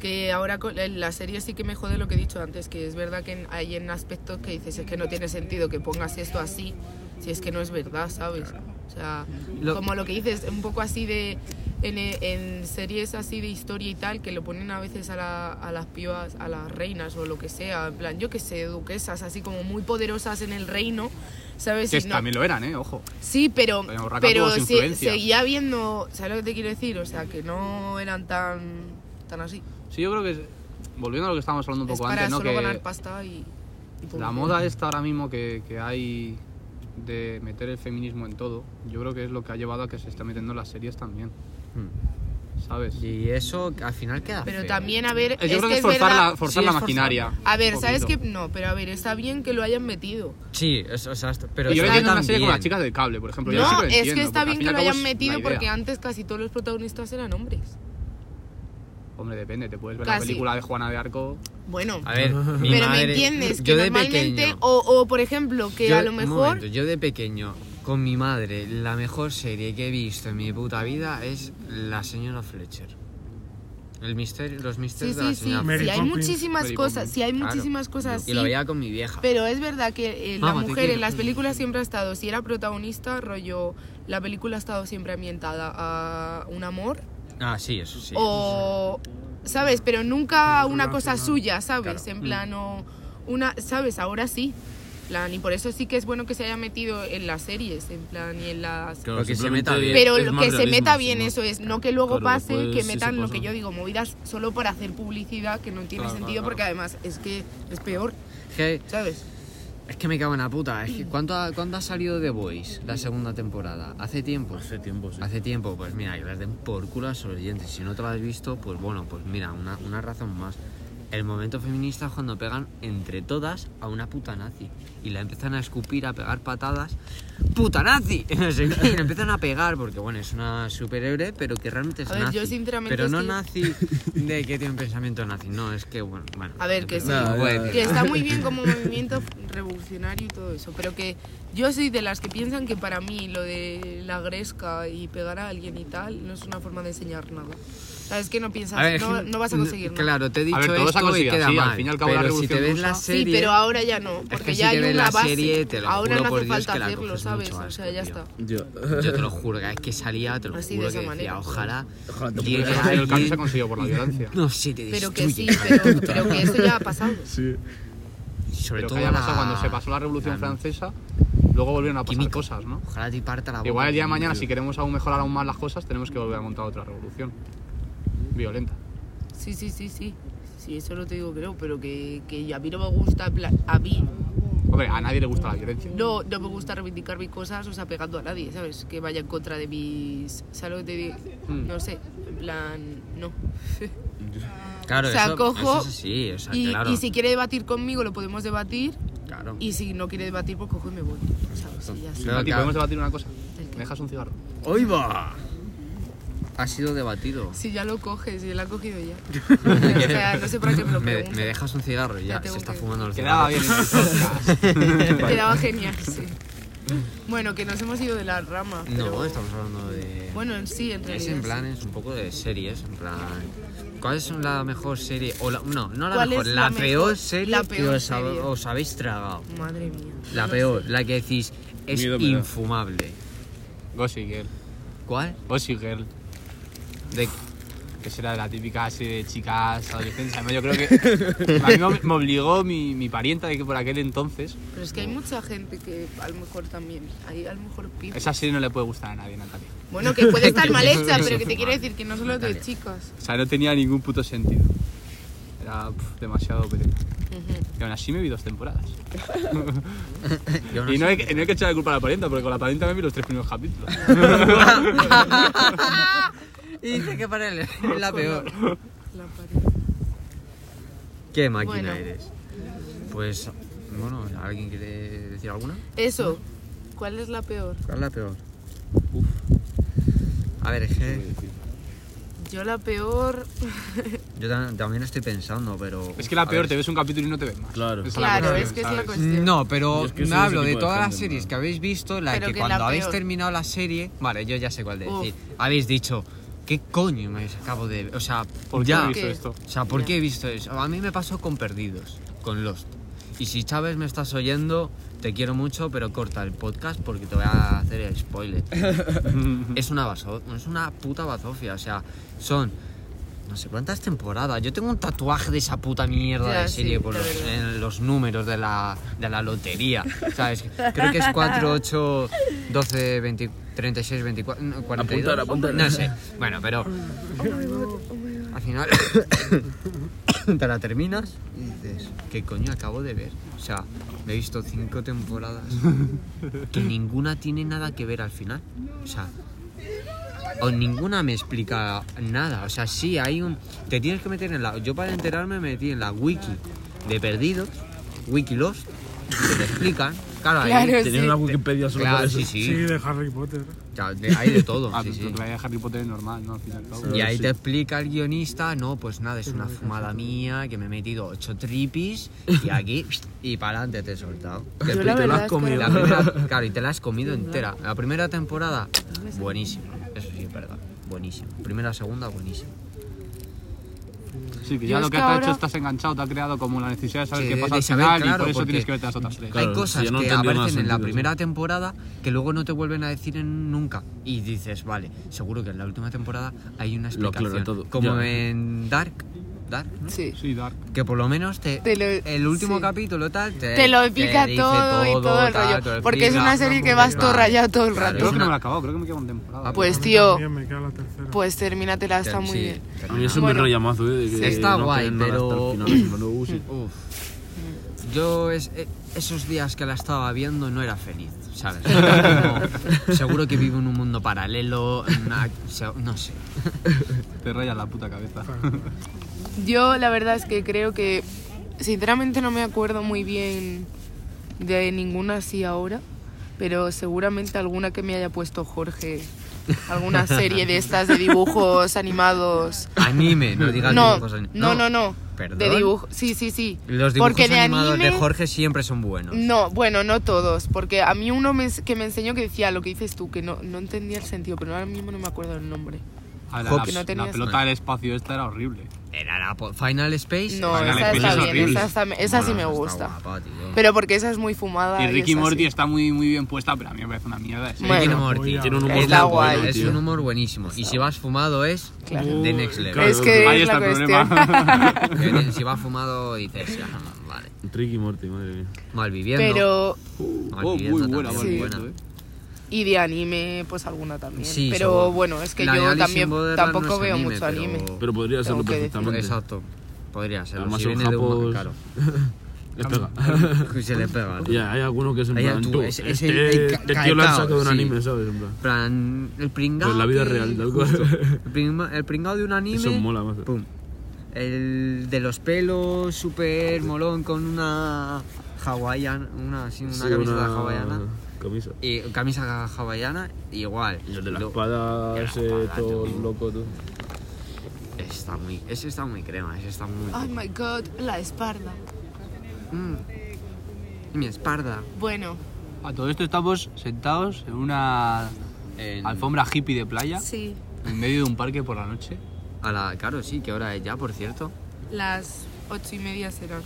Speaker 3: Que ahora con- en la serie sí que me jode lo que he dicho antes, que es verdad que en- hay en aspectos que dices, es que no tiene sentido que pongas esto así, si es que no es verdad, ¿sabes? O sea,
Speaker 1: Lo-
Speaker 3: como lo que dices, un poco así de... En, en series así de historia y tal, que lo ponen a veces a, la- a las pibas, a las reinas o lo que sea, en plan, yo qué sé, duquesas, así como muy poderosas en el reino, ¿sabes?
Speaker 5: Que
Speaker 3: Y no-
Speaker 5: también lo eran, ¿eh? Ojo.
Speaker 3: Sí, pero,
Speaker 5: Doña Urraca
Speaker 3: pero
Speaker 5: tuvo su
Speaker 3: se-
Speaker 5: influencia.
Speaker 3: seguía viendo, ¿sabes lo que te quiero decir? O sea, que no eran tan, tan así.
Speaker 5: Sí, yo creo que. es- Volviendo a lo que estábamos hablando un
Speaker 3: Es
Speaker 5: poco
Speaker 3: para
Speaker 5: antes, ¿no?
Speaker 3: solo
Speaker 5: Que
Speaker 3: ganar pasta y, y
Speaker 5: la
Speaker 3: publicidad.
Speaker 5: moda esta ahora mismo que, que hay de meter el feminismo en todo, yo creo que es lo que ha llevado a que se está metiendo en las series también, ¿sabes?
Speaker 1: Hmm. Y eso al final queda.
Speaker 3: Pero
Speaker 1: feo.
Speaker 3: también, a ver,
Speaker 5: Yo creo que
Speaker 3: que
Speaker 5: es forzar,
Speaker 3: verdad-
Speaker 5: la, forzar
Speaker 1: Sí,
Speaker 5: la
Speaker 1: es forzar.
Speaker 5: maquinaria.
Speaker 3: A ver, ¿sabes qué?
Speaker 5: poquito.
Speaker 3: No, pero a ver, está bien que lo hayan metido.
Speaker 1: Sí, es- o sea, esto- pero
Speaker 5: Y yo lo
Speaker 1: está
Speaker 5: entiendo en una
Speaker 1: tan
Speaker 5: serie como
Speaker 1: bien.
Speaker 5: las chicas del cable, por ejemplo. yo sí
Speaker 3: no,
Speaker 5: lo
Speaker 3: es
Speaker 5: entiendo,
Speaker 3: que está
Speaker 5: porque al
Speaker 3: bien
Speaker 5: fin y
Speaker 3: que
Speaker 5: al
Speaker 3: lo
Speaker 5: cabo
Speaker 3: hayan
Speaker 5: es la
Speaker 3: metido
Speaker 5: idea.
Speaker 3: porque antes casi todos los protagonistas eran hombres.
Speaker 5: Hombre, depende, te puedes ver la
Speaker 3: Casi.
Speaker 5: película de Juana de Arco.
Speaker 3: Bueno,
Speaker 1: A ver, mi
Speaker 3: pero
Speaker 1: madre-
Speaker 3: me entiendes,
Speaker 1: yo
Speaker 3: que
Speaker 1: de
Speaker 3: normalmente,
Speaker 1: pequeño-
Speaker 3: o, o por ejemplo, que
Speaker 1: Yo-
Speaker 3: a lo
Speaker 1: un
Speaker 3: mejor...
Speaker 1: momento, yo de pequeño, con mi madre, la mejor serie que he visto en mi puta vida es La Señora Fletcher. El misterio, los
Speaker 3: Sí,
Speaker 1: misterios de la
Speaker 3: sí, sí,
Speaker 4: Mary
Speaker 1: señora
Speaker 3: sí, hay
Speaker 4: Poppins.
Speaker 3: muchísimas
Speaker 5: Mary
Speaker 3: cosas,
Speaker 5: Poppins.
Speaker 3: sí, hay
Speaker 1: Claro.
Speaker 3: muchísimas cosas,
Speaker 1: Fletcher.
Speaker 3: sí.
Speaker 1: Y lo veía con mi vieja.
Speaker 3: Pero es verdad que eh, la
Speaker 1: Mamá, te
Speaker 3: mujer
Speaker 1: quiero.
Speaker 3: en las películas siempre ha estado, si era protagonista, rollo, la película ha estado siempre ambientada a un amor
Speaker 1: Ah, sí, eso sí.
Speaker 3: o, ¿sabes? Pero nunca a una cosa
Speaker 4: Relacionado.
Speaker 3: suya, ¿sabes?
Speaker 1: Claro.
Speaker 3: En plan, o una, ¿sabes? Ahora sí. Plan, y por eso sí que es bueno que se haya metido en las series, en plan, y en las...
Speaker 2: Claro,
Speaker 1: Lo que se
Speaker 2: simplemente
Speaker 1: meta bien.
Speaker 2: es
Speaker 3: Pero lo
Speaker 2: más
Speaker 3: que se
Speaker 2: realismo,
Speaker 3: meta
Speaker 2: si
Speaker 3: bien
Speaker 2: no.
Speaker 3: eso es, no que luego
Speaker 2: Claro,
Speaker 3: pasa pase
Speaker 2: después
Speaker 3: que
Speaker 2: sí se
Speaker 3: metan lo
Speaker 2: pasa.
Speaker 3: que yo digo, movidas solo para hacer publicidad que no tiene
Speaker 5: Claro,
Speaker 3: sentido
Speaker 5: claro,
Speaker 3: porque
Speaker 5: claro.
Speaker 3: además es que es peor,
Speaker 1: Es que,
Speaker 3: ¿sabes?
Speaker 1: es que me cago en la puta. Es que, ¿cuánto, ha, ¿Cuándo ha salido The Voice la segunda temporada? Hace tiempo.
Speaker 2: Hace tiempo, sí.
Speaker 1: Hace tiempo, pues mira, que las den por culo a los oyentes. Si no te lo has visto, pues bueno, pues mira, una, una razón más. El momento feminista es cuando pegan entre todas a una puta nazi. Y la empiezan a escupir, a pegar patadas. ¡Puta nazi! No sé qué, la empiezan a pegar porque, bueno, es una superhéroe, pero que realmente es
Speaker 3: A ver,
Speaker 1: nazi.
Speaker 3: yo sinceramente
Speaker 1: Pero
Speaker 3: es
Speaker 1: no
Speaker 3: que-
Speaker 1: nazi de que tiene un pensamiento nazi. No, es que, bueno, bueno.
Speaker 3: A ver, que
Speaker 1: no
Speaker 3: sí.
Speaker 1: puedo
Speaker 2: Nada,
Speaker 1: decir.
Speaker 3: Que está muy bien como movimiento revolucionario y todo eso, pero que yo soy de las que piensan que para mí lo de la gresca y pegar a alguien y tal no es una forma de enseñar nada. Sabes que no piensas,
Speaker 1: A ver,
Speaker 3: no,
Speaker 1: es que-
Speaker 3: no vas a conseguir nada.
Speaker 1: Claro, te he dicho
Speaker 5: ver, todo se ha
Speaker 1: esto y
Speaker 5: conseguido
Speaker 1: queda
Speaker 5: así, al
Speaker 1: mal.
Speaker 5: fin y al cabo la
Speaker 1: pero si te
Speaker 5: revolución
Speaker 1: ves la
Speaker 5: rusa-
Speaker 1: serie...
Speaker 3: Sí, pero ahora ya no, porque
Speaker 1: si
Speaker 3: ya
Speaker 1: te
Speaker 3: hay
Speaker 1: ves
Speaker 3: una
Speaker 1: la
Speaker 3: base.
Speaker 1: serie, te lo
Speaker 3: ahora
Speaker 1: juro
Speaker 3: no
Speaker 1: por
Speaker 3: hace
Speaker 1: Dios
Speaker 3: falta
Speaker 1: que la
Speaker 3: hacerlo,
Speaker 1: coges
Speaker 3: ¿sabes?
Speaker 1: mucho
Speaker 3: o sea,
Speaker 1: asco,
Speaker 3: ya
Speaker 1: tío.
Speaker 3: está.
Speaker 2: Yo-
Speaker 1: Yo te lo juro, cada vez que salía, te lo
Speaker 3: Así,
Speaker 1: juro
Speaker 3: Pues de esa
Speaker 1: que decía,
Speaker 3: manera.
Speaker 1: ojalá
Speaker 2: Ojalá te
Speaker 1: llegue
Speaker 5: Pero en el cambio se
Speaker 1: alguien...
Speaker 5: ha conseguido por la violencia.
Speaker 1: No sé, te
Speaker 3: Pero
Speaker 1: destruye.
Speaker 3: que sí, pero, pero que eso ya ha pasado.
Speaker 2: Sí.
Speaker 1: Y Sobre
Speaker 5: Pero que
Speaker 1: todo
Speaker 5: haya
Speaker 1: la-
Speaker 5: pasado cuando se pasó la Revolución
Speaker 1: la-
Speaker 5: Francesa, luego volvieron a pasar
Speaker 1: Química.
Speaker 5: cosas, ¿no?
Speaker 1: Ojalá te parta la boca.
Speaker 5: Igual el día de
Speaker 1: tío.
Speaker 5: mañana, si queremos aún mejorar aún más las cosas, tenemos que volver a montar otra revolución. Violenta.
Speaker 3: Sí, sí, sí, sí. Sí, eso lo te digo creo, pero que, que a mí no me gusta, en plan, a mí
Speaker 5: Hombre, a nadie le gusta la violencia.
Speaker 3: no, no me gusta reivindicar mis cosas, o sea, pegando a nadie, ¿sabes? Que vaya en contra de mis... ¿Sabes lo que te digo?
Speaker 5: Mm.
Speaker 3: No sé, en plan, no.
Speaker 1: Claro,
Speaker 3: o sea,
Speaker 1: eso,
Speaker 3: cojo
Speaker 1: eso sí, o sea,
Speaker 3: y,
Speaker 1: claro.
Speaker 3: y si quiere debatir conmigo, lo podemos debatir,
Speaker 1: Claro.
Speaker 3: y si no quiere debatir, pues cojo y me voy, ¿sabes? Y ya está.
Speaker 5: Mati,
Speaker 1: claro.
Speaker 5: ¿podemos debatir una cosa?
Speaker 3: ¿El qué?
Speaker 5: ¿Me dejas un cigarro?
Speaker 1: ¡Hoy va! Ha sido debatido.
Speaker 3: Si ya lo coges, si la ha cogido ya. o sea, no sé para qué me lo
Speaker 1: me,
Speaker 3: preguntas.
Speaker 1: me dejas un cigarro y
Speaker 3: Ya
Speaker 1: ya,
Speaker 3: tengo
Speaker 1: se está
Speaker 3: que-
Speaker 1: fumando el
Speaker 5: Quedaba
Speaker 1: cigarro.
Speaker 5: bien en el podcast.
Speaker 3: Quedaba genial, sí. Bueno, que nos hemos ido de la rama.
Speaker 1: No,
Speaker 3: pero-
Speaker 1: estamos hablando de...
Speaker 3: Bueno, en sí, en
Speaker 1: Es
Speaker 3: realidad.
Speaker 1: en
Speaker 3: sí.
Speaker 1: plan, es un poco de series, en plan... ¿Cuál es la mejor serie? O la- no, no la
Speaker 3: ¿Cuál
Speaker 1: mejor,
Speaker 3: es
Speaker 1: la,
Speaker 3: la mejor-
Speaker 1: peor serie
Speaker 3: la
Speaker 1: que
Speaker 3: peor
Speaker 1: os, hab-
Speaker 3: serie?
Speaker 1: os habéis tragado.
Speaker 3: Madre mía.
Speaker 1: La
Speaker 3: No
Speaker 1: peor,
Speaker 3: sé.
Speaker 1: la que decís es
Speaker 2: Miedo me da.
Speaker 1: infumable.
Speaker 5: Gossip Girl.
Speaker 1: ¿Cuál?
Speaker 5: Gossip Girl.
Speaker 1: De-
Speaker 5: que será de la típica serie de chicas adolescentes. Además, yo creo que a mí me- me obligó mi, mi parienta de que por aquel entonces
Speaker 3: Pero es que hay mucha gente que a lo mejor también. Hay a lo mejor pibes.
Speaker 5: esa serie no le puede gustar a nadie, Natalia.
Speaker 3: Bueno, que puede estar mal hecha, pero que te
Speaker 1: Vale.
Speaker 3: quiero decir que no solo es de
Speaker 1: Natalia.
Speaker 3: chicas.
Speaker 5: O sea, no tenía ningún puto sentido. Era pf, demasiado pelota.
Speaker 3: Ujú.
Speaker 5: Y aún así me vi dos temporadas.
Speaker 1: yo
Speaker 5: Y
Speaker 1: sé.
Speaker 5: no hay, que- no hay que echar la culpa a la parienta, porque con la parienta me vi los tres primeros capítulos.
Speaker 1: Y dice que para él es la peor.
Speaker 3: La pared.
Speaker 1: ¿Qué máquina
Speaker 3: Bueno.
Speaker 1: eres? Pues, bueno, ¿alguien quiere decir alguna?
Speaker 3: Eso. ¿Cuál es la peor?
Speaker 1: ¿Cuál es la peor? Uf. A ver, es que
Speaker 3: Yo la peor.
Speaker 1: yo tam- también estoy pensando, pero...
Speaker 5: Es que la
Speaker 1: a
Speaker 5: peor,
Speaker 1: ver,
Speaker 5: te ves un capítulo y no te ves más.
Speaker 2: Claro.
Speaker 5: Esa es la
Speaker 3: Claro,
Speaker 5: cuestión,
Speaker 3: es que es la
Speaker 5: ¿sabes?
Speaker 3: cuestión.
Speaker 1: No, pero
Speaker 2: Yo es que soy
Speaker 1: no
Speaker 2: ese
Speaker 1: hablo de
Speaker 2: tipo de
Speaker 1: todas las
Speaker 2: gente,
Speaker 1: series
Speaker 2: ¿no?
Speaker 1: que habéis visto, la
Speaker 3: Pero
Speaker 1: que,
Speaker 3: que
Speaker 1: cuando
Speaker 3: la
Speaker 1: habéis
Speaker 3: peor.
Speaker 1: terminado la serie, vale, yo ya sé cuál de
Speaker 3: Uf.
Speaker 1: decir, habéis dicho, ¿qué coño me acabo de ver? O sea,
Speaker 5: ¿Por qué
Speaker 1: ya,
Speaker 5: he visto
Speaker 3: ¿Qué?
Speaker 5: esto?
Speaker 1: o sea, ¿por
Speaker 3: Ya.
Speaker 1: qué he visto eso? A mí me pasó con Perdidos, con Lost. Y si Chávez me estás oyendo, te quiero mucho, pero corta el podcast porque te voy a hacer el spoiler. es una baso- es una puta bazofia, o sea, son no sé cuántas temporadas. Yo tengo un tatuaje de esa puta mierda
Speaker 3: Ya,
Speaker 1: de serie
Speaker 3: sí,
Speaker 1: por
Speaker 3: la
Speaker 1: los,
Speaker 3: verdad.
Speaker 1: en los números de la, de la lotería, ¿sabes? Creo que es 4, 8, 12, 20, 36, 24, no, 42.
Speaker 3: Oh
Speaker 2: Apuntar, apuntar.
Speaker 1: No sé. Bueno, pero al final te la terminas y dices, ¿qué coño acabo de ver? O sea, he visto cinco temporadas que ninguna tiene nada que ver al final. O sea, o ninguna me explica nada. O sea, sí, hay un... Te tienes que meter en la... Yo para enterarme me metí en la wiki de perdidos, wiki lost, que te explican. Claro, ahí...
Speaker 3: Claro,
Speaker 2: Tenía
Speaker 3: sí.
Speaker 2: una Wikipedia solo
Speaker 1: Claro,
Speaker 2: para eso.
Speaker 1: sí,
Speaker 4: Sí.
Speaker 1: sí.
Speaker 4: de Harry Potter.
Speaker 1: O sea, de- hay de todo.
Speaker 5: Ah,
Speaker 1: sí,
Speaker 5: pero
Speaker 1: sí.
Speaker 5: tú te vayas a Harry Potter es normal, ¿no? Al fin y al cabo.
Speaker 1: Y ahí
Speaker 2: sí.
Speaker 1: te explica el guionista, no, pues nada, es una fumada mía, que me he metido ocho tripis y aquí y para adelante te he soltado. Que
Speaker 3: Yo
Speaker 1: tú-
Speaker 3: la
Speaker 1: y te
Speaker 3: verdad
Speaker 1: la has
Speaker 3: es que-
Speaker 1: comido. La primera- claro, y te la has comido entera. La primera temporada, buenísima. Eso sí, es verdad. Buenísima. Primera, segunda, buenísima.
Speaker 5: Sí, que
Speaker 3: Yo
Speaker 5: ya
Speaker 3: es
Speaker 5: lo que
Speaker 3: que
Speaker 5: te ha
Speaker 3: ahora-
Speaker 5: hecho estás enganchado, te ha creado como la necesidad de saber
Speaker 1: Sí,
Speaker 5: qué
Speaker 1: de-
Speaker 5: pasa
Speaker 1: de
Speaker 5: al
Speaker 1: saber,
Speaker 5: final y
Speaker 1: claro,
Speaker 5: por eso tienes
Speaker 1: porque-
Speaker 5: que verte las otras tres.
Speaker 2: Claro,
Speaker 1: Hay cosas
Speaker 2: si yo no
Speaker 1: que
Speaker 2: entendía nada
Speaker 1: aparecen en la
Speaker 2: sentido,
Speaker 1: primera temporada que luego no te vuelven a decir en nunca. Y dices, vale, seguro que en la última temporada hay una
Speaker 2: Lo aclara
Speaker 1: explicación.
Speaker 2: todo,
Speaker 1: Como
Speaker 2: ya.
Speaker 1: en Dark. Dark, ¿no?
Speaker 3: Sí.
Speaker 5: Sí, Dark.
Speaker 1: Que por lo menos te,
Speaker 3: Te lo-
Speaker 1: el último
Speaker 3: sí.
Speaker 1: capítulo tal te,
Speaker 3: Te lo
Speaker 1: te
Speaker 3: explica
Speaker 1: dice
Speaker 3: todo y todo el
Speaker 1: tal,
Speaker 3: rollo,
Speaker 1: te lo
Speaker 3: porque es
Speaker 1: explica.
Speaker 3: una serie que vas todo rayado todo el
Speaker 1: Claro,
Speaker 5: Creo
Speaker 1: es
Speaker 5: que no me lo he
Speaker 1: una-
Speaker 5: acabado, creo que me queda una temporada.
Speaker 1: pues,
Speaker 3: Pues tío,
Speaker 4: También me queda la tercera.
Speaker 3: pues termínatela, está muy
Speaker 1: sí,
Speaker 3: bien.
Speaker 2: A mí eso
Speaker 3: Bueno.
Speaker 2: me raya mazo, eh. de que
Speaker 1: Está
Speaker 2: no
Speaker 1: guay,
Speaker 2: queden nada hasta
Speaker 1: pero-
Speaker 2: el final, no lo usen.
Speaker 1: Uf. Yo es- e- esos días que la estaba viendo no era feliz, ¿sabes? Como, seguro que vivo en un mundo paralelo, na- o sea, no sé.
Speaker 5: Te rayas la puta cabeza.
Speaker 3: Yo la verdad es que creo que, sinceramente no me acuerdo muy bien de ninguna así ahora, pero seguramente alguna que me haya puesto Jorge, alguna serie de estas de dibujos animados.
Speaker 1: Anime, no digas
Speaker 3: No,
Speaker 1: dibujos ani-
Speaker 3: no, no, no.
Speaker 1: ¿Perdón?
Speaker 3: De dibujo, sí, sí, sí.
Speaker 1: Los dibujos
Speaker 3: Porque de
Speaker 1: animados
Speaker 3: anime- Mm.
Speaker 1: de Jorge siempre son buenos.
Speaker 3: No, bueno, no todos, porque a mí uno me ens- que me enseñó que decía lo que dices tú, que no, no entendía el sentido, pero ahora mismo no me acuerdo el nombre.
Speaker 5: A la,
Speaker 1: Hobbs.
Speaker 5: la-
Speaker 1: Que no
Speaker 5: la
Speaker 3: tenías-
Speaker 5: pelota del espacio esta era horrible.
Speaker 1: Era la po- Final Space. ah,
Speaker 3: No,
Speaker 5: Final
Speaker 3: esa
Speaker 5: Space
Speaker 3: está
Speaker 5: es
Speaker 3: bien,
Speaker 5: horrible.
Speaker 3: esa, está- esa sí
Speaker 1: Bueno,
Speaker 3: me
Speaker 1: está
Speaker 3: gusta.
Speaker 1: guapa, tío.
Speaker 3: Pero porque esa es muy fumada.
Speaker 5: Y Ricky
Speaker 3: es así.
Speaker 5: Morty está muy, muy bien puesta, pero a mí me parece una mierda. esa.
Speaker 3: Bueno.
Speaker 1: Ricky Morty.
Speaker 2: Tiene un humor
Speaker 3: Está
Speaker 2: muy
Speaker 3: guay.
Speaker 2: bueno,
Speaker 1: es
Speaker 2: tío.
Speaker 1: un humor buenísimo. y si vas fumado es
Speaker 3: Claro.
Speaker 1: de next level.
Speaker 3: Es que
Speaker 5: Ahí
Speaker 3: es
Speaker 5: está
Speaker 3: la
Speaker 5: el
Speaker 3: cuestión.
Speaker 5: problema.
Speaker 1: Que Si vas fumado dices, "Ah, vale.
Speaker 2: Ricky Morty, madre mía.
Speaker 1: Malviviendo.
Speaker 3: Pero.
Speaker 5: Oh,
Speaker 1: Malviviendo
Speaker 5: muy buena,
Speaker 1: también,
Speaker 5: muy
Speaker 3: sí.
Speaker 5: buena. eh.
Speaker 3: Y de anime, pues alguna también.
Speaker 1: Sí,
Speaker 3: pero
Speaker 1: seguro.
Speaker 3: bueno, es que
Speaker 1: La de
Speaker 3: yo
Speaker 1: Alice in
Speaker 3: también
Speaker 1: Borderland
Speaker 3: tampoco
Speaker 1: no es
Speaker 3: veo
Speaker 1: anime,
Speaker 3: mucho
Speaker 1: pero-
Speaker 3: anime.
Speaker 2: Pero podría hacerlo
Speaker 3: Tengo que
Speaker 2: perfectamente.
Speaker 1: Exacto. Podría ser.
Speaker 2: Además
Speaker 1: Si
Speaker 2: son
Speaker 1: viene de un...
Speaker 2: japos-
Speaker 1: Claro.
Speaker 2: Le pega.
Speaker 1: Se le pega. ¿no?
Speaker 2: Y hay algunos que es en
Speaker 1: Hay
Speaker 2: plan,
Speaker 1: tú,
Speaker 2: tú,
Speaker 1: ese- ese-
Speaker 2: este,
Speaker 1: el ca-
Speaker 2: este tío lo han
Speaker 1: caetao,
Speaker 2: sacado de un
Speaker 1: sí.
Speaker 2: anime, ¿sabes? En plan.
Speaker 1: plan, el pringao.
Speaker 2: Pero en Pues la vida
Speaker 1: que-
Speaker 2: real, tal cual.
Speaker 1: justo. El, pringa- el pringao de un anime.
Speaker 2: Eso mola más.
Speaker 1: Pum. El de los pelos, súper molón, con una hawaiana. Una, sí, una
Speaker 2: Sí,
Speaker 1: camiseta hawaiana.
Speaker 2: Camisa.
Speaker 1: Y camisa hawaiana, igual.
Speaker 2: Y el de la
Speaker 1: Lo-
Speaker 2: espada,
Speaker 1: de la
Speaker 2: ese
Speaker 1: espada,
Speaker 2: todo
Speaker 1: tío.
Speaker 2: loco, tú.
Speaker 1: Está muy, ese está muy crema, ese está muy.
Speaker 3: Oh my god, la espalda.
Speaker 1: Mm. Mi espalda.
Speaker 3: Bueno,
Speaker 5: A todo esto estamos sentados en una
Speaker 1: En-
Speaker 5: alfombra hippie de playa,
Speaker 3: sí.
Speaker 5: en medio de un parque por la noche.
Speaker 1: A la, claro, sí, que hora es ya, por cierto.
Speaker 3: Las ocho y media serán.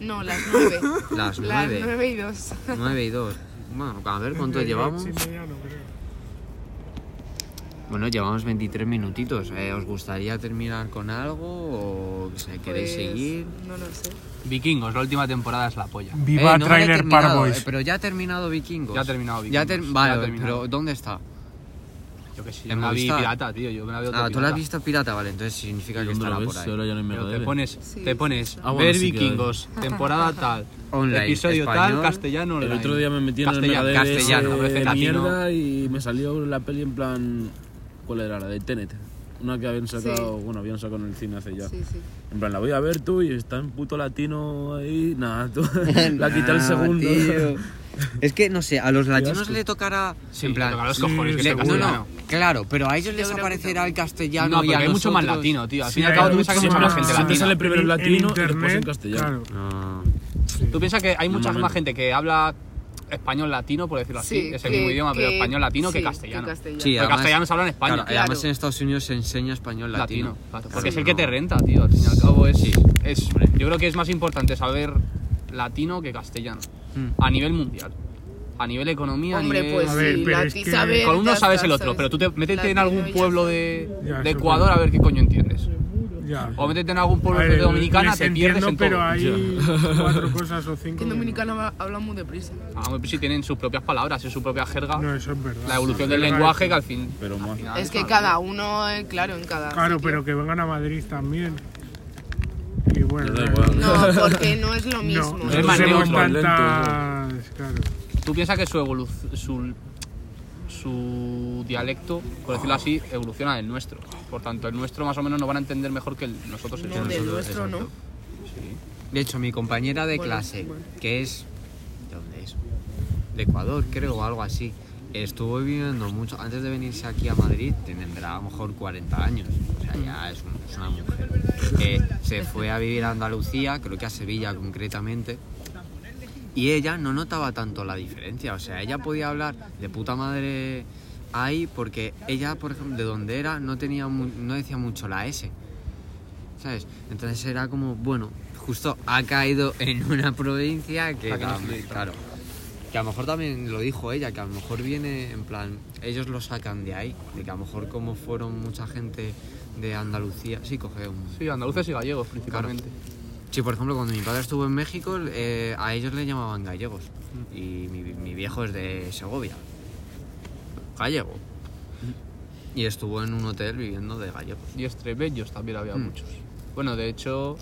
Speaker 3: No, las nueve.
Speaker 1: Las
Speaker 3: las
Speaker 1: nueve.
Speaker 3: nueve y dos.
Speaker 1: Nueve y dos. Bueno, a ver cuánto
Speaker 4: Desde
Speaker 1: llevamos.
Speaker 4: ocho y media, no creo.
Speaker 1: Bueno, llevamos 23 minutitos. eh. ¿Os gustaría terminar con algo o se- queréis
Speaker 3: Pues,
Speaker 1: seguir?
Speaker 3: No lo sé.
Speaker 5: Vikingos, la última temporada es la polla.
Speaker 4: Viva
Speaker 1: Eh, no, ya he
Speaker 4: Trailer
Speaker 1: terminado,
Speaker 4: Park
Speaker 1: eh,
Speaker 4: Boys.
Speaker 1: pero ya ha terminado Vikingos.
Speaker 5: Ya ha terminado
Speaker 1: Ya
Speaker 5: Vikingos,
Speaker 1: ter-
Speaker 5: ya ha
Speaker 1: vale,
Speaker 5: terminado.
Speaker 1: pero ¿dónde está?
Speaker 5: Yo que sí, yo
Speaker 1: ¿En
Speaker 5: me la vi
Speaker 1: Movistar?
Speaker 5: pirata, tío. Yo me la veo
Speaker 1: Ah, tú la has visto pirata, vale, entonces significa que
Speaker 2: ¿Dónde
Speaker 1: estará
Speaker 2: lo
Speaker 1: por
Speaker 2: ves? Ahora
Speaker 1: ahí.
Speaker 2: ya no hay
Speaker 5: Pero te
Speaker 2: mercaderes.
Speaker 5: pones,
Speaker 3: Sí.
Speaker 5: te pones
Speaker 2: Ah, bueno,
Speaker 5: ver
Speaker 2: sí que hay.
Speaker 5: vikingos, temporada tal,
Speaker 1: Online,
Speaker 5: episodio
Speaker 1: español.
Speaker 5: tal, castellano.
Speaker 2: El
Speaker 5: online.
Speaker 2: otro día me metí en el
Speaker 5: Castellano,
Speaker 2: mercader ese
Speaker 5: castellano,
Speaker 2: de
Speaker 5: parece latino.
Speaker 2: mierda y me salió la peli en plan... ¿Cuál era? La de Tenet. Una que habían sacado... Bueno, habían sacado en el cine hace ya.
Speaker 3: Sí, sí.
Speaker 2: En plan, la voy a ver tú y está en puto latino ahí... Nada, tú... la quita el
Speaker 1: Nah,
Speaker 2: segundo.
Speaker 1: Ah, tío. Es que, no sé, a los latinos
Speaker 2: asco.
Speaker 1: le tocará...
Speaker 5: Sí,
Speaker 1: en plan,
Speaker 5: toca los
Speaker 4: sí,
Speaker 5: cojones, que
Speaker 4: sí,
Speaker 5: sea
Speaker 1: No,
Speaker 5: castellano.
Speaker 1: no, claro, pero a ellos les
Speaker 3: creo que
Speaker 1: aparecerá el castellano
Speaker 5: No,
Speaker 1: y
Speaker 5: porque
Speaker 1: a
Speaker 5: hay mucho más
Speaker 1: nosotros-
Speaker 5: latino, tío. Al
Speaker 4: Sí,
Speaker 5: fin y al
Speaker 4: hay
Speaker 5: cabo, tú
Speaker 4: mucho
Speaker 5: piensas que es más
Speaker 4: más-
Speaker 5: gente
Speaker 4: siempre
Speaker 5: latina.
Speaker 2: sale primero el
Speaker 4: En-
Speaker 2: latino y después en
Speaker 4: internet,
Speaker 2: castellano.
Speaker 4: Claro.
Speaker 1: Ah,
Speaker 5: Tú piensas que hay mucha más
Speaker 2: Normalmente.
Speaker 5: gente que habla español latino, por decirlo así,
Speaker 3: Sí,
Speaker 5: ese mismo
Speaker 3: que-
Speaker 5: idioma, pero
Speaker 3: que-
Speaker 5: español latino
Speaker 3: sí,
Speaker 5: que castellano.
Speaker 1: Sí,
Speaker 5: Porque
Speaker 1: además-
Speaker 5: castellano se habla en España.
Speaker 1: claro, y Además en Estados Unidos se enseña español latino.
Speaker 5: latino. claro, porque es el
Speaker 1: no.
Speaker 5: que te renta, tío. Al fin y al cabo es, es- Yo creo que es más importante saber latino que castellano.
Speaker 1: Mm.
Speaker 5: A nivel mundial. A nivel economía, a
Speaker 3: Hombre,
Speaker 5: nivel...
Speaker 3: pues
Speaker 4: A ver,
Speaker 3: sí,
Speaker 4: pero
Speaker 3: la
Speaker 4: es
Speaker 3: ti
Speaker 4: que-
Speaker 3: sabe,
Speaker 5: Con uno
Speaker 3: ya
Speaker 5: sabes
Speaker 3: está,
Speaker 5: el otro,
Speaker 3: sabes.
Speaker 5: pero tú te, métete en
Speaker 3: Latino
Speaker 5: algún
Speaker 3: ya
Speaker 5: pueblo
Speaker 3: sabes.
Speaker 5: de,
Speaker 4: Ya,
Speaker 5: de
Speaker 4: eso
Speaker 5: Ecuador a ver qué coño entiendes.
Speaker 4: Ya.
Speaker 5: O métete en algún
Speaker 4: A
Speaker 5: pueblo
Speaker 4: ver,
Speaker 5: de Dominicana,
Speaker 4: les
Speaker 5: te pierdes
Speaker 4: entiendo,
Speaker 5: en
Speaker 4: pero
Speaker 5: todo.
Speaker 4: hay cuatro cosas o cinco.
Speaker 3: Que en
Speaker 4: que
Speaker 3: Dominicana va- hablan muy deprisa.
Speaker 5: Ah, hombre, pues sí tienen sus propias palabras, es su propia jerga.
Speaker 4: no. No, eso es verdad.
Speaker 5: la evolución
Speaker 4: Pero
Speaker 5: del
Speaker 4: claro,
Speaker 5: lenguaje que al fin...
Speaker 2: Pero más...
Speaker 5: al final
Speaker 3: Es que
Speaker 5: Ah, está-
Speaker 3: cada uno, eh, claro, en cada.
Speaker 4: Claro,
Speaker 3: sitio.
Speaker 4: pero que vengan a Madrid también. Y bueno,
Speaker 2: da igual.
Speaker 3: No, porque no es lo mismo.
Speaker 4: no,
Speaker 5: Es
Speaker 4: no
Speaker 5: más
Speaker 4: tenemos
Speaker 5: neutro.
Speaker 4: tantas. Claro.
Speaker 5: ¿Tú piensas que su evolu- su, su dialecto, por decirlo así, evoluciona del nuestro? Por tanto, el nuestro más o menos nos van a entender mejor que el- nosotros el
Speaker 3: No, del
Speaker 5: suyo.
Speaker 3: nuestro no.
Speaker 5: Sí.
Speaker 1: De hecho, mi compañera de
Speaker 3: Bueno,
Speaker 1: clase,
Speaker 3: bueno.
Speaker 1: que es. ¿De dónde es? De Ecuador, creo, o algo así. Estuvo viviendo mucho. Antes de venirse aquí a Madrid, tendrá a lo mejor 40 años. O sea, ya es, un- es una mujer. Eh, se fue a vivir a Andalucía, creo que a Sevilla concretamente. Y ella no notaba tanto la diferencia. O sea, ella podía hablar de puta madre ahí porque ella, por ejemplo, de donde era, no, tenía mu- no decía mucho la S. ¿Sabes? Entonces era como, bueno, justo ha caído en una provincia que,
Speaker 5: Ah, que no
Speaker 1: tam-
Speaker 5: fluye tanto.
Speaker 1: claro. Que a lo mejor también lo dijo ella, que a lo mejor viene en plan, ellos lo sacan de ahí, de que a lo mejor como fueron mucha gente de Andalucía, sí coge un
Speaker 5: Sí, andaluces y gallegos principalmente.
Speaker 1: Sí, por ejemplo, cuando mi padre estuvo en México, eh, a ellos le llamaban gallegos. Y mi, mi viejo es de Segovia. Gallego. Y estuvo en un hotel viviendo de gallegos.
Speaker 5: Y estrepellos también había
Speaker 1: Mm.
Speaker 5: muchos. Bueno, de hecho,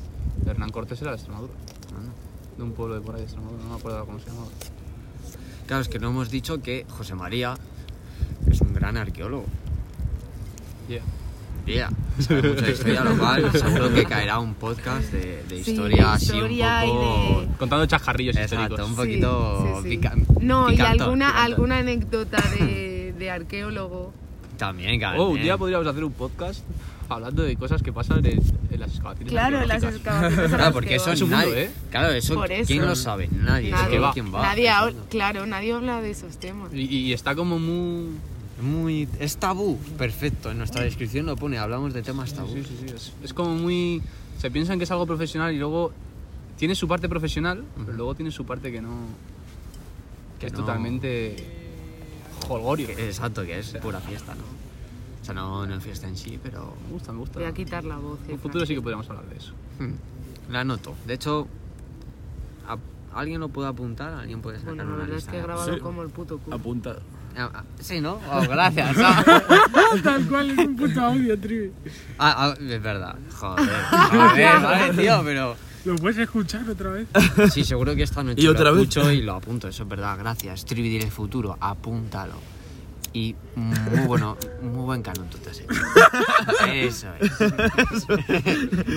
Speaker 5: Hernán Cortés era de Extremadura,
Speaker 1: Anda.
Speaker 5: de un pueblo de por ahí de Extremadura, no me acuerdo ahora cómo se llamaba.
Speaker 1: Claro, es que no hemos dicho que José María es un gran arqueólogo.
Speaker 5: Yeah.
Speaker 1: Tía, sabe mucho de historia, lo cual seguro que caerá un podcast de, de
Speaker 3: Sí,
Speaker 1: historia así
Speaker 3: historia
Speaker 1: un
Speaker 3: y
Speaker 1: poco...
Speaker 3: de-
Speaker 5: Contando chascarrillos
Speaker 1: Exacto, un
Speaker 5: históricos.
Speaker 1: poquito
Speaker 3: Sí, sí, sí.
Speaker 1: pica-
Speaker 3: No, y
Speaker 1: picantón,
Speaker 3: alguna,
Speaker 1: picantón.
Speaker 3: alguna anécdota de, de arqueólogo.
Speaker 1: También, cabrón.
Speaker 5: Oh, un día
Speaker 1: eh.
Speaker 5: podríamos hacer un podcast hablando de cosas que pasan en, en las excavaciones.
Speaker 3: Claro, las
Speaker 5: arqueológicas.
Speaker 3: excavaciones.
Speaker 1: Claro, Ah, porque eso
Speaker 5: Es un mundo,
Speaker 1: nadie-
Speaker 5: ¿eh?
Speaker 1: Claro, eso,
Speaker 3: Por eso.
Speaker 1: ¿quién lo sabe? Nadie.
Speaker 3: Nadie.
Speaker 1: Nadie, ¿Quién va?
Speaker 3: Nadie
Speaker 1: Es
Speaker 3: ahora- claro, nadie habla de esos temas.
Speaker 5: Y, y está como muy.
Speaker 1: Muy... Es tabú. Perfecto. En nuestra descripción lo pone. Hablamos de temas tabú.
Speaker 5: Sí, sí, sí, Es, es como muy. Se piensan que es algo profesional y luego tiene su parte profesional, pero luego tiene su parte que no. que,
Speaker 1: Que
Speaker 5: es
Speaker 1: no. Eh.
Speaker 5: totalmente. jolgorio.
Speaker 1: Que- Exacto, que es pura fiesta, ¿no? O sea, no, no es fiesta en sí, pero...
Speaker 5: Me gusta, me gusta.
Speaker 3: Voy a quitar la voz. eh,
Speaker 5: En un
Speaker 3: jefa.
Speaker 5: futuro sí que podríamos hablar de eso.
Speaker 1: hmm, La anoto. De hecho, a- alguien lo puede apuntar, alguien puede sacar
Speaker 3: Bueno, Pues la
Speaker 1: una
Speaker 3: verdad es
Speaker 1: lista.
Speaker 3: que he
Speaker 1: de-
Speaker 3: grabado
Speaker 2: Sí. pues.
Speaker 3: como el puto culo.
Speaker 2: Apunta.
Speaker 1: Ah, ah, sí, ¿no? Oh, gracias. Ah,
Speaker 4: Tal cual es un puto audio, trivi.
Speaker 1: ah, es verdad. Joder. Joder, vale, tío, pero...
Speaker 4: ¿Lo puedes escuchar otra vez?
Speaker 1: Sí, seguro que esta noche
Speaker 2: Y otra
Speaker 1: lo
Speaker 2: vez.
Speaker 1: escucho y lo apunto, eso es verdad, gracias. Trivi del futuro, apúntalo. Y muy bueno, muy buen canon tú te has hecho. Eso es.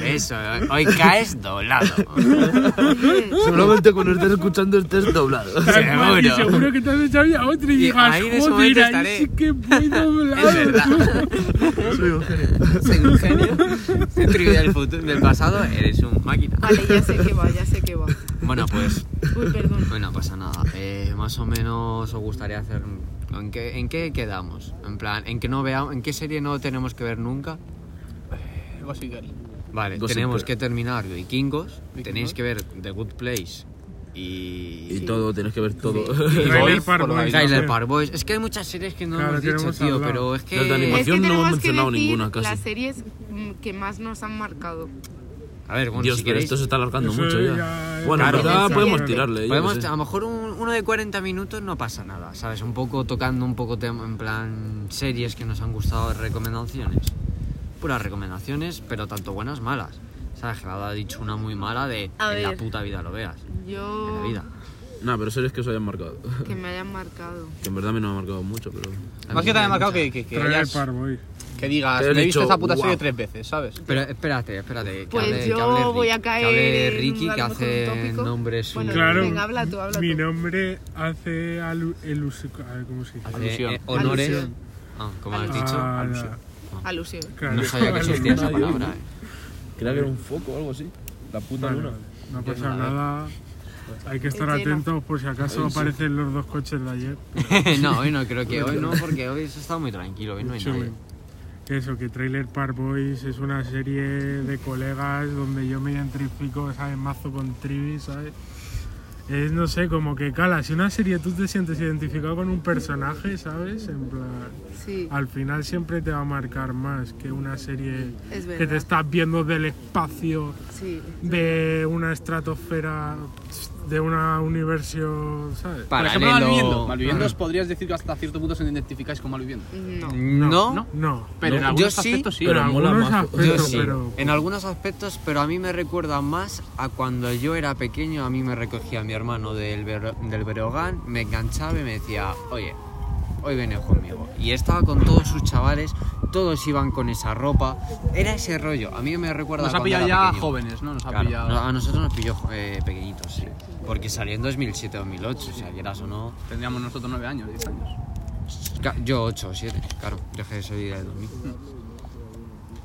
Speaker 1: Eso, es. hoy caes doblado.
Speaker 2: Seguramente cuando estés escuchando estés doblado.
Speaker 4: Tal cual, y
Speaker 1: Seguro.
Speaker 4: seguro que te has echado ya otro y
Speaker 1: Y
Speaker 4: digas,
Speaker 1: ahí en ese
Speaker 4: joder,
Speaker 1: momento
Speaker 4: ahí
Speaker 1: estaré".
Speaker 4: sí que voy doblado.
Speaker 1: Es verdad.
Speaker 2: Soy un genio.
Speaker 1: Soy un genio. Trivi del futuro, del pasado, eres un máquina.
Speaker 3: Vale, ya sé que va, ya sé que va.
Speaker 1: Bueno, pues
Speaker 3: Uy, perdón.
Speaker 1: Bueno, pasa nada. Eh, más o menos os gustaría hacer. ¿En qué, ¿En qué quedamos? En plan, ¿en qué, no veamos, ¿en qué serie no tenemos que ver nunca?
Speaker 5: Algo así que.
Speaker 1: Vale,
Speaker 2: Gossip
Speaker 1: tenemos
Speaker 2: Girl.
Speaker 1: que terminar Vikingos.
Speaker 5: Vikingos.
Speaker 1: Tenéis que ver The Good Place
Speaker 2: Y
Speaker 1: y.
Speaker 2: todo, tienes que ver todo.
Speaker 5: Y
Speaker 4: Trailer
Speaker 5: Boys,
Speaker 4: Park
Speaker 5: por lo
Speaker 4: Boys.
Speaker 1: y
Speaker 5: menos.
Speaker 1: Trailer
Speaker 4: no sé.
Speaker 1: Park Boys. Es que hay muchas series que no
Speaker 4: Claro,
Speaker 1: hemos
Speaker 4: que no
Speaker 1: digo,
Speaker 4: hemos
Speaker 1: tío,
Speaker 4: hablado.
Speaker 1: pero es que.
Speaker 2: Las de
Speaker 3: Es que
Speaker 2: animación no
Speaker 3: tenemos
Speaker 2: hemos
Speaker 3: que
Speaker 2: mencionado
Speaker 3: decir
Speaker 2: ninguna casi.
Speaker 3: Las series mm, que más nos han marcado.
Speaker 1: A ver, bueno,
Speaker 2: Dios,
Speaker 1: si
Speaker 2: pero
Speaker 1: queréis.
Speaker 2: esto se está alargando
Speaker 4: Eso
Speaker 2: mucho ya.
Speaker 4: ya-
Speaker 2: Bueno, en
Speaker 1: Claro,
Speaker 2: verdad
Speaker 3: sí.
Speaker 2: podemos tirarle. yo
Speaker 1: Podemos,
Speaker 2: qué sé.
Speaker 1: a lo mejor un- uno de 40 minutos no pasa nada, ¿sabes? Un poco tocando un poco tema en plan series que nos han gustado, recomendaciones. Puras recomendaciones, pero tanto buenas malas. ¿Sabes? Que ha dicho una muy mala de
Speaker 3: A
Speaker 1: en la
Speaker 3: ver.
Speaker 1: puta vida lo veas. En
Speaker 3: Yo.
Speaker 1: la vida.
Speaker 2: Nah, pero series que os hayan marcado.
Speaker 3: Que me hayan marcado.
Speaker 2: Que en verdad a mí no me ha marcado mucho, pero.
Speaker 1: A
Speaker 5: Más
Speaker 1: mí
Speaker 5: que
Speaker 1: me
Speaker 5: te haya
Speaker 1: gusta.
Speaker 5: marcado que, que, que
Speaker 4: Trailer
Speaker 5: hayas-
Speaker 4: Park Boys.
Speaker 5: que digas,
Speaker 2: Que hayas
Speaker 5: me he visto
Speaker 2: dicho,
Speaker 5: esta puta
Speaker 2: "Guau".
Speaker 5: serie tres veces, ¿sabes?
Speaker 1: Pero espérate, espérate. Que
Speaker 3: Pues
Speaker 1: hable, que
Speaker 3: yo
Speaker 1: hable
Speaker 3: voy a
Speaker 1: Ricky,
Speaker 3: caer.
Speaker 1: Que hable
Speaker 3: en
Speaker 1: Ricky,
Speaker 3: algo
Speaker 1: que
Speaker 3: con un
Speaker 1: hace
Speaker 3: tópico.
Speaker 1: nombre su.
Speaker 3: Bueno,
Speaker 4: Claro.
Speaker 3: Venga, habla tú, habla
Speaker 4: Mi
Speaker 3: tú.
Speaker 4: nombre hace alu elus- a ver, ¿Cómo se dice?
Speaker 1: hace, eh,
Speaker 5: Alusión.
Speaker 1: honores.
Speaker 4: Alusión.
Speaker 1: Ah, como has
Speaker 3: Alusión.
Speaker 1: dicho.
Speaker 4: Ah,
Speaker 5: alusión.
Speaker 4: la-
Speaker 3: Alusión.
Speaker 4: claro.
Speaker 1: No sabía que existía esa
Speaker 2: Alusión.
Speaker 1: palabra, eh.
Speaker 2: Creía que era un foco o algo así. La puta
Speaker 4: Vale,
Speaker 2: luna.
Speaker 4: no
Speaker 1: Ya
Speaker 4: pasa
Speaker 1: nada.
Speaker 4: nada. Hay que estar
Speaker 3: Llena.
Speaker 4: atentos por si acaso aparecen los dos coches de ayer.
Speaker 1: no, hoy no, creo que hoy no, porque hoy se está muy tranquilo, hoy no hay
Speaker 4: Sí.
Speaker 1: nadie.
Speaker 4: Eso, que Trailer Park Boys es una serie de colegas donde yo me identifico, ¿sabes? Mazo con Trivi, ¿sabes? Es, no sé, como que cala. Si una serie tú te sientes identificado con un personaje, ¿sabes? En plan,
Speaker 3: Sí,
Speaker 4: al final siempre te va a marcar más que una serie
Speaker 3: es
Speaker 4: que te
Speaker 3: verdad.
Speaker 4: estás viendo del espacio,
Speaker 3: Sí.
Speaker 4: de una estratosfera. de una universión, ¿sabes?
Speaker 5: Por ejemplo,
Speaker 1: Paralelo.
Speaker 5: Malviviendo. Malviviendo os podrías decir que hasta cierto punto os identificáis con Malviviendo.
Speaker 3: No.
Speaker 1: No,
Speaker 5: no.
Speaker 4: No.
Speaker 5: Pero en
Speaker 1: Yo
Speaker 5: algunos
Speaker 1: sí,
Speaker 5: aspectos sí.
Speaker 4: pero
Speaker 2: pero mola
Speaker 4: algunos
Speaker 2: más.
Speaker 1: yo
Speaker 4: aspectos,
Speaker 1: sí. Eh,
Speaker 4: pero...
Speaker 5: pues.
Speaker 1: En algunos aspectos, pero a mí me recuerda más a cuando yo era pequeño, a mí me recogía mi hermano del, Bero- del Berogán, me enganchaba y me decía, oye, hoy vienes conmigo. Y estaba con todos sus chavales, todos iban con esa ropa, era ese rollo. A mí me recuerda
Speaker 5: Nos
Speaker 1: a
Speaker 5: ha
Speaker 1: cuando
Speaker 5: pillado
Speaker 1: era
Speaker 5: ya
Speaker 1: pequeño.
Speaker 5: jóvenes, ¿no? Nos ha
Speaker 1: Claro,
Speaker 5: pillado.
Speaker 1: no, a nosotros nos pilló eh, pequeñitos, sí. Porque salió en 2007-2008, o sea, quieras o no.
Speaker 5: Tendríamos nosotros nueve años, 10 años.
Speaker 1: Ca- Yo 8 o 7, claro, yo que soy de 2000.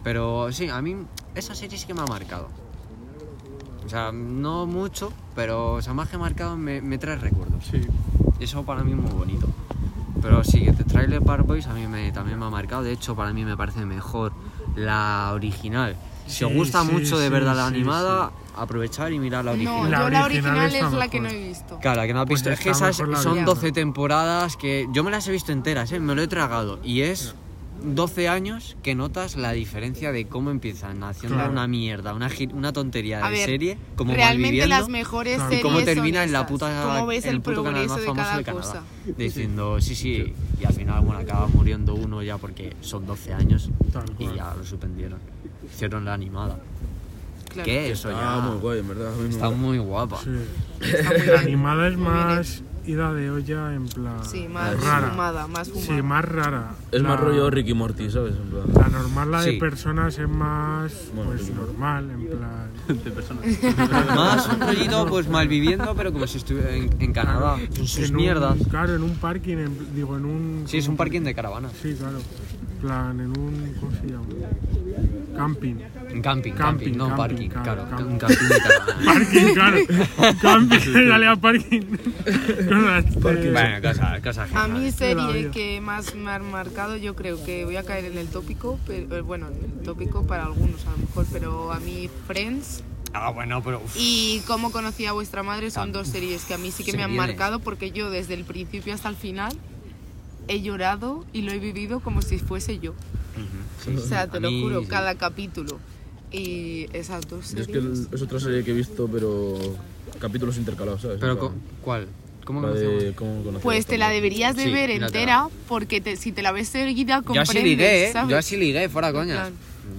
Speaker 1: Pero sí, a mí esa serie sí que me ha marcado. O sea, no mucho, pero o sea, más que marcado me, me trae recuerdos.
Speaker 5: Sí.
Speaker 1: Y eso para mí es muy bonito. Pero sí, que The Trailer Park Boys a mí me, también me ha marcado. De hecho, para mí me parece mejor la original. Si os
Speaker 4: Sí,
Speaker 1: gusta
Speaker 4: sí,
Speaker 1: mucho de
Speaker 4: sí,
Speaker 1: verdad la
Speaker 4: sí,
Speaker 1: animada, aprovechar y mirar la original.
Speaker 3: No,
Speaker 4: La
Speaker 3: yo la
Speaker 4: original
Speaker 3: original
Speaker 4: está
Speaker 3: es la que no
Speaker 4: mejor.
Speaker 3: he visto.
Speaker 1: Claro, que no has
Speaker 4: Pues
Speaker 1: visto. Es que
Speaker 4: está
Speaker 1: esas
Speaker 4: mejor la
Speaker 1: son
Speaker 4: original.
Speaker 1: 12 temporadas que yo me las he visto enteras, ¿eh? me lo he tragado. Y es 12 años que notas la diferencia de cómo empiezan haciendo
Speaker 4: Claro.
Speaker 1: una mierda, una, gi- una tontería
Speaker 3: A
Speaker 1: de
Speaker 3: ver,
Speaker 1: serie, como
Speaker 3: Realmente
Speaker 1: Malviviendo,
Speaker 3: las mejores
Speaker 4: Claro.
Speaker 1: y
Speaker 3: series
Speaker 4: ¿Y
Speaker 1: cómo termina
Speaker 3: son
Speaker 1: en la
Speaker 3: esas.
Speaker 1: puta.
Speaker 3: Cómo ves el,
Speaker 1: puto canal
Speaker 3: progreso
Speaker 1: más
Speaker 3: de
Speaker 1: famoso
Speaker 3: cada
Speaker 1: de Canadá,
Speaker 3: cosa.
Speaker 1: Diciendo, sí, sí, y al final, bueno, acaba muriendo uno ya porque son 12 años
Speaker 4: Tal
Speaker 1: y
Speaker 4: cual.
Speaker 1: ya lo suspendieron. Hicieron la animada.
Speaker 3: Claro.
Speaker 1: Que eso ya.
Speaker 2: Ah, muy guay, en verdad. a mí me
Speaker 1: Está
Speaker 2: mola.
Speaker 1: muy guapa.
Speaker 4: Sí.
Speaker 3: Está muy
Speaker 4: La
Speaker 3: bien.
Speaker 4: animada es
Speaker 3: Muy bien
Speaker 4: más ida de olla en plan...
Speaker 3: Sí, más
Speaker 4: rara.
Speaker 3: fumada, más
Speaker 4: Sí,
Speaker 3: fumada.
Speaker 4: más rara.
Speaker 2: Es más
Speaker 4: La-
Speaker 2: rollo Ricky Morty, ¿sabes? En plan.
Speaker 4: La normal, la de
Speaker 1: Sí.
Speaker 4: personas, es más
Speaker 2: Bueno,
Speaker 4: pues
Speaker 2: sí.
Speaker 4: normal, en plan...
Speaker 5: De personas.
Speaker 1: Más un rollito pues malviviendo, pero como si estuviera en, en Canadá. Sus
Speaker 4: en un-
Speaker 1: mierdas.
Speaker 4: Claro, en un parking, en- digo, en un...
Speaker 1: Sí, es un parking de caravana.
Speaker 4: Sí, claro. En plan, en un... ¿Cómo se llama? Camping.
Speaker 1: Un camping, camping,
Speaker 4: Camping,
Speaker 1: no
Speaker 4: camping,
Speaker 1: parking,
Speaker 4: ca-
Speaker 1: claro.
Speaker 4: camping.
Speaker 1: Un camping de caravana.
Speaker 4: Parking, claro. Camping, dale a parking. Con las- eh,
Speaker 1: bueno, cosa, cosa
Speaker 3: A
Speaker 1: genial.
Speaker 3: mí
Speaker 4: La vida.
Speaker 3: serie que más me han marcado, yo creo que voy a caer en el tópico, pero eh, bueno, en el tópico para algunos a lo mejor, pero a mí Friends
Speaker 1: Ah, bueno, pero. uf,
Speaker 3: y Cómo conocí a vuestra madre son dos series que a mí sí que
Speaker 1: Se
Speaker 3: me han
Speaker 1: viene.
Speaker 3: marcado porque yo desde el principio hasta el final he llorado y lo he vivido como si fuese yo.
Speaker 1: sí,
Speaker 3: O sea, te
Speaker 1: a
Speaker 3: lo
Speaker 1: mí-
Speaker 3: juro, cada capítulo. Y esas dos
Speaker 2: Yo es
Speaker 3: series.
Speaker 2: que el- es otra serie que he visto, pero capítulos intercalados, ¿sabes?
Speaker 1: Pero,
Speaker 2: En
Speaker 1: co-
Speaker 2: plan,
Speaker 1: ¿cuál? ¿Cómo
Speaker 2: la
Speaker 1: conocemos?
Speaker 2: de cómo conocí a
Speaker 3: Pues
Speaker 2: vuestra
Speaker 3: te la
Speaker 2: madre.
Speaker 3: deberías de
Speaker 1: Sí,
Speaker 3: ver
Speaker 1: mírate.
Speaker 3: entera porque te- si te la ves seguida
Speaker 1: Yo
Speaker 3: comprendes,
Speaker 1: así ligué, ¿eh?
Speaker 3: ¿sabes?
Speaker 1: Yo así ligué, fuera coñas.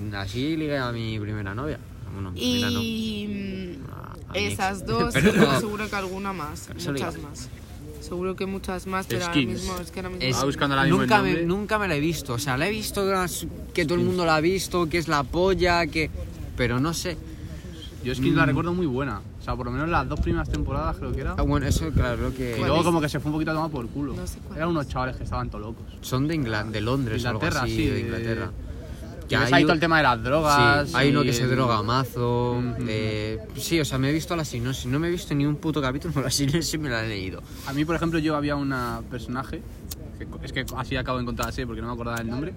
Speaker 3: plan.
Speaker 1: Así ligué a mi primera novia. Bueno, primera no.
Speaker 3: Y mm,
Speaker 1: A- a mi ex.
Speaker 3: esas dos,
Speaker 1: Pero no.
Speaker 3: seguro que alguna más,
Speaker 1: Eso
Speaker 3: muchas
Speaker 1: digo.
Speaker 3: más. Seguro que muchas más, pero ahora
Speaker 5: Skins.
Speaker 3: mismo es que ahora mismo
Speaker 1: Es-
Speaker 5: Ah, buscando ahora mismo el
Speaker 1: nunca, me,
Speaker 5: nombre.
Speaker 1: nunca me la he visto. O sea, la he visto que las- que todo el mundo la ha visto, que es la polla, que. Pero no sé.
Speaker 5: Yo es que
Speaker 1: Mm.
Speaker 5: la recuerdo muy buena. O sea, por lo menos las dos primeras temporadas creo que era.
Speaker 1: Ah, bueno, eso claro que.
Speaker 5: Y
Speaker 3: ¿Cuál
Speaker 5: luego
Speaker 3: es?
Speaker 5: como que se fue un poquito a tomar por culo.
Speaker 3: No sé cuál
Speaker 5: Eran
Speaker 3: es.
Speaker 5: unos chavales que estaban todos locos.
Speaker 1: Son de, Ingla- de Londres,
Speaker 5: Inglaterra,
Speaker 1: algo así,
Speaker 5: sí,
Speaker 1: de
Speaker 5: de-
Speaker 1: Inglaterra.
Speaker 5: Y ves ahí
Speaker 1: u-
Speaker 5: todo el tema de las drogas.
Speaker 1: sí, hay
Speaker 5: y
Speaker 1: uno que se
Speaker 5: el-
Speaker 1: droga mazo. eh, sí, o sea, me he visto la sinopsis. No me he visto ni un puto capítulo, pero la sinopsis me la he leído.
Speaker 5: A mí, por ejemplo, yo había una personaje, que co- es que así acabo de encontrar la serie porque no me acordaba el nombre,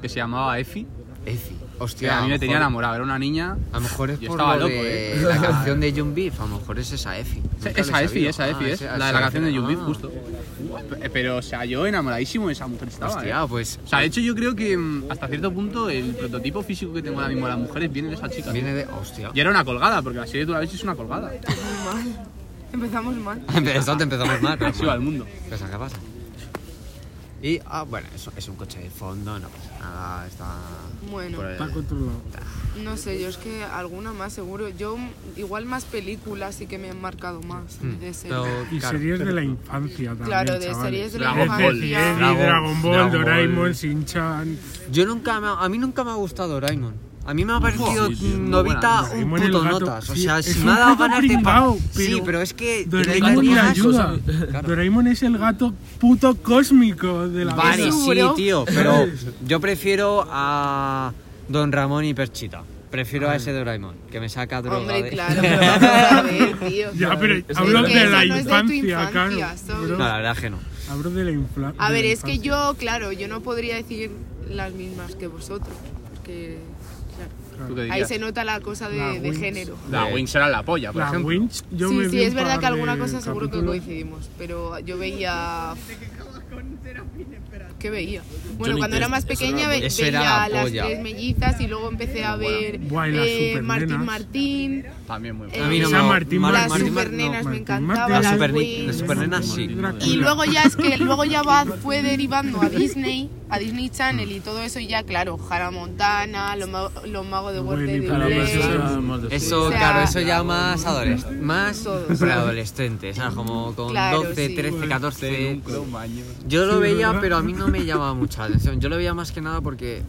Speaker 5: que se llamaba Effie.
Speaker 1: Efi,
Speaker 5: Que
Speaker 1: hostia.
Speaker 5: a mí me
Speaker 1: lo
Speaker 5: tenía
Speaker 1: mejor-
Speaker 5: enamorado, era una niña.
Speaker 1: A lo mejor es
Speaker 5: Yo
Speaker 1: por
Speaker 5: estaba
Speaker 1: lo
Speaker 5: loco,
Speaker 1: de
Speaker 5: ¿eh?
Speaker 1: la canción de John Beef, a lo mejor es esa Efi.
Speaker 5: Esa- Esa Effie, esa
Speaker 1: Ah,
Speaker 5: Effie es, la de la canción de Yubi, justo. Pe- Pero, o sea, yo enamoradísimo de esa mujer estaba.
Speaker 1: Hostia,
Speaker 5: ¿eh?
Speaker 1: pues
Speaker 5: O sea, de hecho, yo creo que mm, hasta cierto punto el prototipo físico que tengo ahora mismo de las mujeres viene de esa chica.
Speaker 1: viene de... Hostia.
Speaker 5: Y era una colgada, porque la serie tú la ves y es una colgada.
Speaker 3: muy mal. Empezamos mal.
Speaker 1: Empezó, te empezamos mal. pero
Speaker 5: Así va el
Speaker 1: bueno.
Speaker 5: mundo.
Speaker 1: Pasa, ¿qué pasa? Y, ah, bueno, es, es un coche de fondo, no pasa nada, está...
Speaker 3: Bueno.
Speaker 1: por el-
Speaker 4: Está controlado.
Speaker 3: No sé, yo es que alguna más seguro. Yo mm, igual más películas sí que me han marcado más
Speaker 1: Hmm.
Speaker 3: de series.
Speaker 1: Pero,
Speaker 4: Y
Speaker 1: claro,
Speaker 4: series de la infancia también,
Speaker 3: Claro, de
Speaker 4: chavales.
Speaker 3: series de la
Speaker 5: Dragon Ball,
Speaker 4: Disney,
Speaker 3: infancia.
Speaker 1: Dragon-
Speaker 4: Dragon Ball,
Speaker 1: Dragon Ball.
Speaker 4: Doraemon, Shin-Chan...
Speaker 1: yo nunca me, ha- a mí nunca me ha gustado Doraemon. A mí me ha parecido
Speaker 2: sí, sí, es muy
Speaker 1: Novita
Speaker 4: buena.
Speaker 1: un
Speaker 4: Doraemon el
Speaker 1: puto
Speaker 4: gato,
Speaker 1: notas. O
Speaker 4: sí,
Speaker 1: sea,
Speaker 4: es
Speaker 1: si
Speaker 4: un
Speaker 1: me ha dado
Speaker 4: gato
Speaker 1: ganas de...
Speaker 4: pringao,
Speaker 1: sí,
Speaker 4: pero
Speaker 1: pero es que...
Speaker 4: Doraemon
Speaker 1: Hay
Speaker 4: le
Speaker 1: cosas-
Speaker 4: ayuda.
Speaker 1: Claro.
Speaker 4: Doraemon es el gato puto cósmico de la
Speaker 1: Vale,
Speaker 4: vida.
Speaker 3: Eso,
Speaker 1: sí,
Speaker 3: bro.
Speaker 1: tío, pero yo prefiero a Don Ramón y Perchita. Prefiero
Speaker 4: Ah.
Speaker 1: a ese Doraemon, que me saca droga ¿eh?
Speaker 3: Hombre,
Speaker 1: de-
Speaker 3: claro, pero vamos a ver, tío.
Speaker 4: Ya, pero
Speaker 3: Es
Speaker 4: hablo
Speaker 3: que
Speaker 4: de
Speaker 3: eso no
Speaker 4: la
Speaker 3: es de tu
Speaker 4: infancia, claro.
Speaker 3: infancia, soy-
Speaker 1: No,
Speaker 4: Bro,
Speaker 1: la verdad es que no.
Speaker 4: Hablo de la infla-
Speaker 3: A
Speaker 4: de
Speaker 3: ver,
Speaker 4: la
Speaker 3: es que
Speaker 4: infancia.
Speaker 3: yo, claro, yo no podría decir las mismas que vosotros. Porque, claro,
Speaker 5: ¿Tú qué
Speaker 3: ahí
Speaker 5: dirías?
Speaker 3: se nota la cosa de,
Speaker 4: La
Speaker 3: de
Speaker 4: Wings.
Speaker 3: género.
Speaker 5: La Wings era la polla, por
Speaker 4: La
Speaker 5: ejemplo.
Speaker 4: Winch, yo me
Speaker 3: sí,
Speaker 4: vi
Speaker 3: sí, es
Speaker 4: un
Speaker 3: verdad
Speaker 4: par
Speaker 3: que alguna
Speaker 4: de
Speaker 3: cosa seguro que
Speaker 4: capítulos.
Speaker 3: coincidimos, pero yo veía ¿Qué veía? Bueno,
Speaker 2: ni
Speaker 3: cuando era
Speaker 2: te-
Speaker 3: más
Speaker 2: eso era
Speaker 3: pequeña
Speaker 2: la
Speaker 1: polla.
Speaker 3: ve-
Speaker 1: Eso era
Speaker 3: veía
Speaker 1: la
Speaker 3: a las
Speaker 1: polla.
Speaker 3: tres mellizas y luego empecé a ver
Speaker 4: Buah, y las
Speaker 3: eh, Martín
Speaker 4: supernenas.
Speaker 3: Martín,
Speaker 5: También muy
Speaker 3: Eh,
Speaker 5: bueno.
Speaker 1: A mí no
Speaker 4: Esa
Speaker 1: me-
Speaker 4: Martín,
Speaker 1: Mar-
Speaker 4: Martín,
Speaker 3: las
Speaker 1: Martín-
Speaker 3: supernenas
Speaker 4: no,
Speaker 3: me
Speaker 4: Martín
Speaker 3: encantaba,
Speaker 4: Martín.
Speaker 1: Las
Speaker 3: las
Speaker 1: superni-
Speaker 3: Wings.
Speaker 1: las supernenas sí.
Speaker 4: Drácula.
Speaker 3: Y luego ya es que luego ya va, fue derivando a Disney, a Disney Channel y todo eso y ya claro, Hannah Montana, los ma- los magos de Walt
Speaker 4: Wendy
Speaker 3: de
Speaker 2: Claro, pero
Speaker 3: Blair.
Speaker 2: eso era más de-
Speaker 1: Eso,
Speaker 3: O sea, Mm,
Speaker 1: claro, eso ya más adolescente. Más
Speaker 3: Todos.
Speaker 1: preadolescente, ¿sabes? Como con
Speaker 3: Claro,
Speaker 1: 12,
Speaker 3: sí.
Speaker 1: 13,
Speaker 5: este
Speaker 1: 14.
Speaker 5: año.
Speaker 1: Yo lo
Speaker 4: Sí,
Speaker 1: veía,
Speaker 4: ¿verdad?
Speaker 1: pero a mí no me llamaba mucha atención. Yo lo veía más que nada porque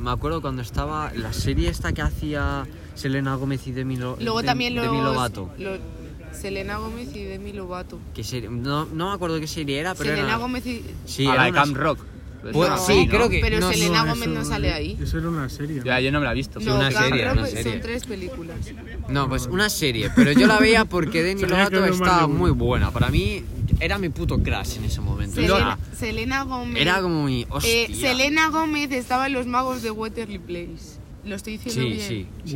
Speaker 1: me acuerdo cuando estaba la serie esta que hacía Selena Gómez y Demi, Lo-
Speaker 3: Luego
Speaker 1: Dem-
Speaker 3: también los,
Speaker 1: Demi Lovato.
Speaker 3: los- Selena Gómez y Demi Lovato.
Speaker 1: Que serie- no, no me acuerdo qué serie era, pero
Speaker 3: Selena
Speaker 1: era...
Speaker 3: Gómez y
Speaker 1: Sí,
Speaker 5: a la
Speaker 1: era
Speaker 5: de
Speaker 1: una-
Speaker 5: Camp Rock.
Speaker 1: Pues
Speaker 3: No,
Speaker 1: sí, creo que...
Speaker 3: pero
Speaker 1: no,
Speaker 4: No,
Speaker 3: Selena
Speaker 4: eso-
Speaker 3: Gómez no sale ahí.
Speaker 4: Eso era una serie.
Speaker 5: Ya, yo no me la he visto.
Speaker 1: Sí, una
Speaker 3: Camp
Speaker 1: serie,
Speaker 3: Rock
Speaker 1: una serie.
Speaker 3: son tres películas.
Speaker 1: No, pues una serie, pero yo la veía porque Demi
Speaker 4: Sabía que
Speaker 1: Lovato
Speaker 4: había más de
Speaker 1: estaba
Speaker 4: uno.
Speaker 1: muy buena. Para mí era mi puto crush en ese momento.
Speaker 3: Selena,
Speaker 1: Era,
Speaker 3: Selena Gómez.
Speaker 1: era como mi... Hostia.
Speaker 3: Eh, Selena Gómez estaba en Los Magos de Waterly Place. Lo estoy diciendo
Speaker 1: Sí,
Speaker 3: bien.
Speaker 1: sí, sí.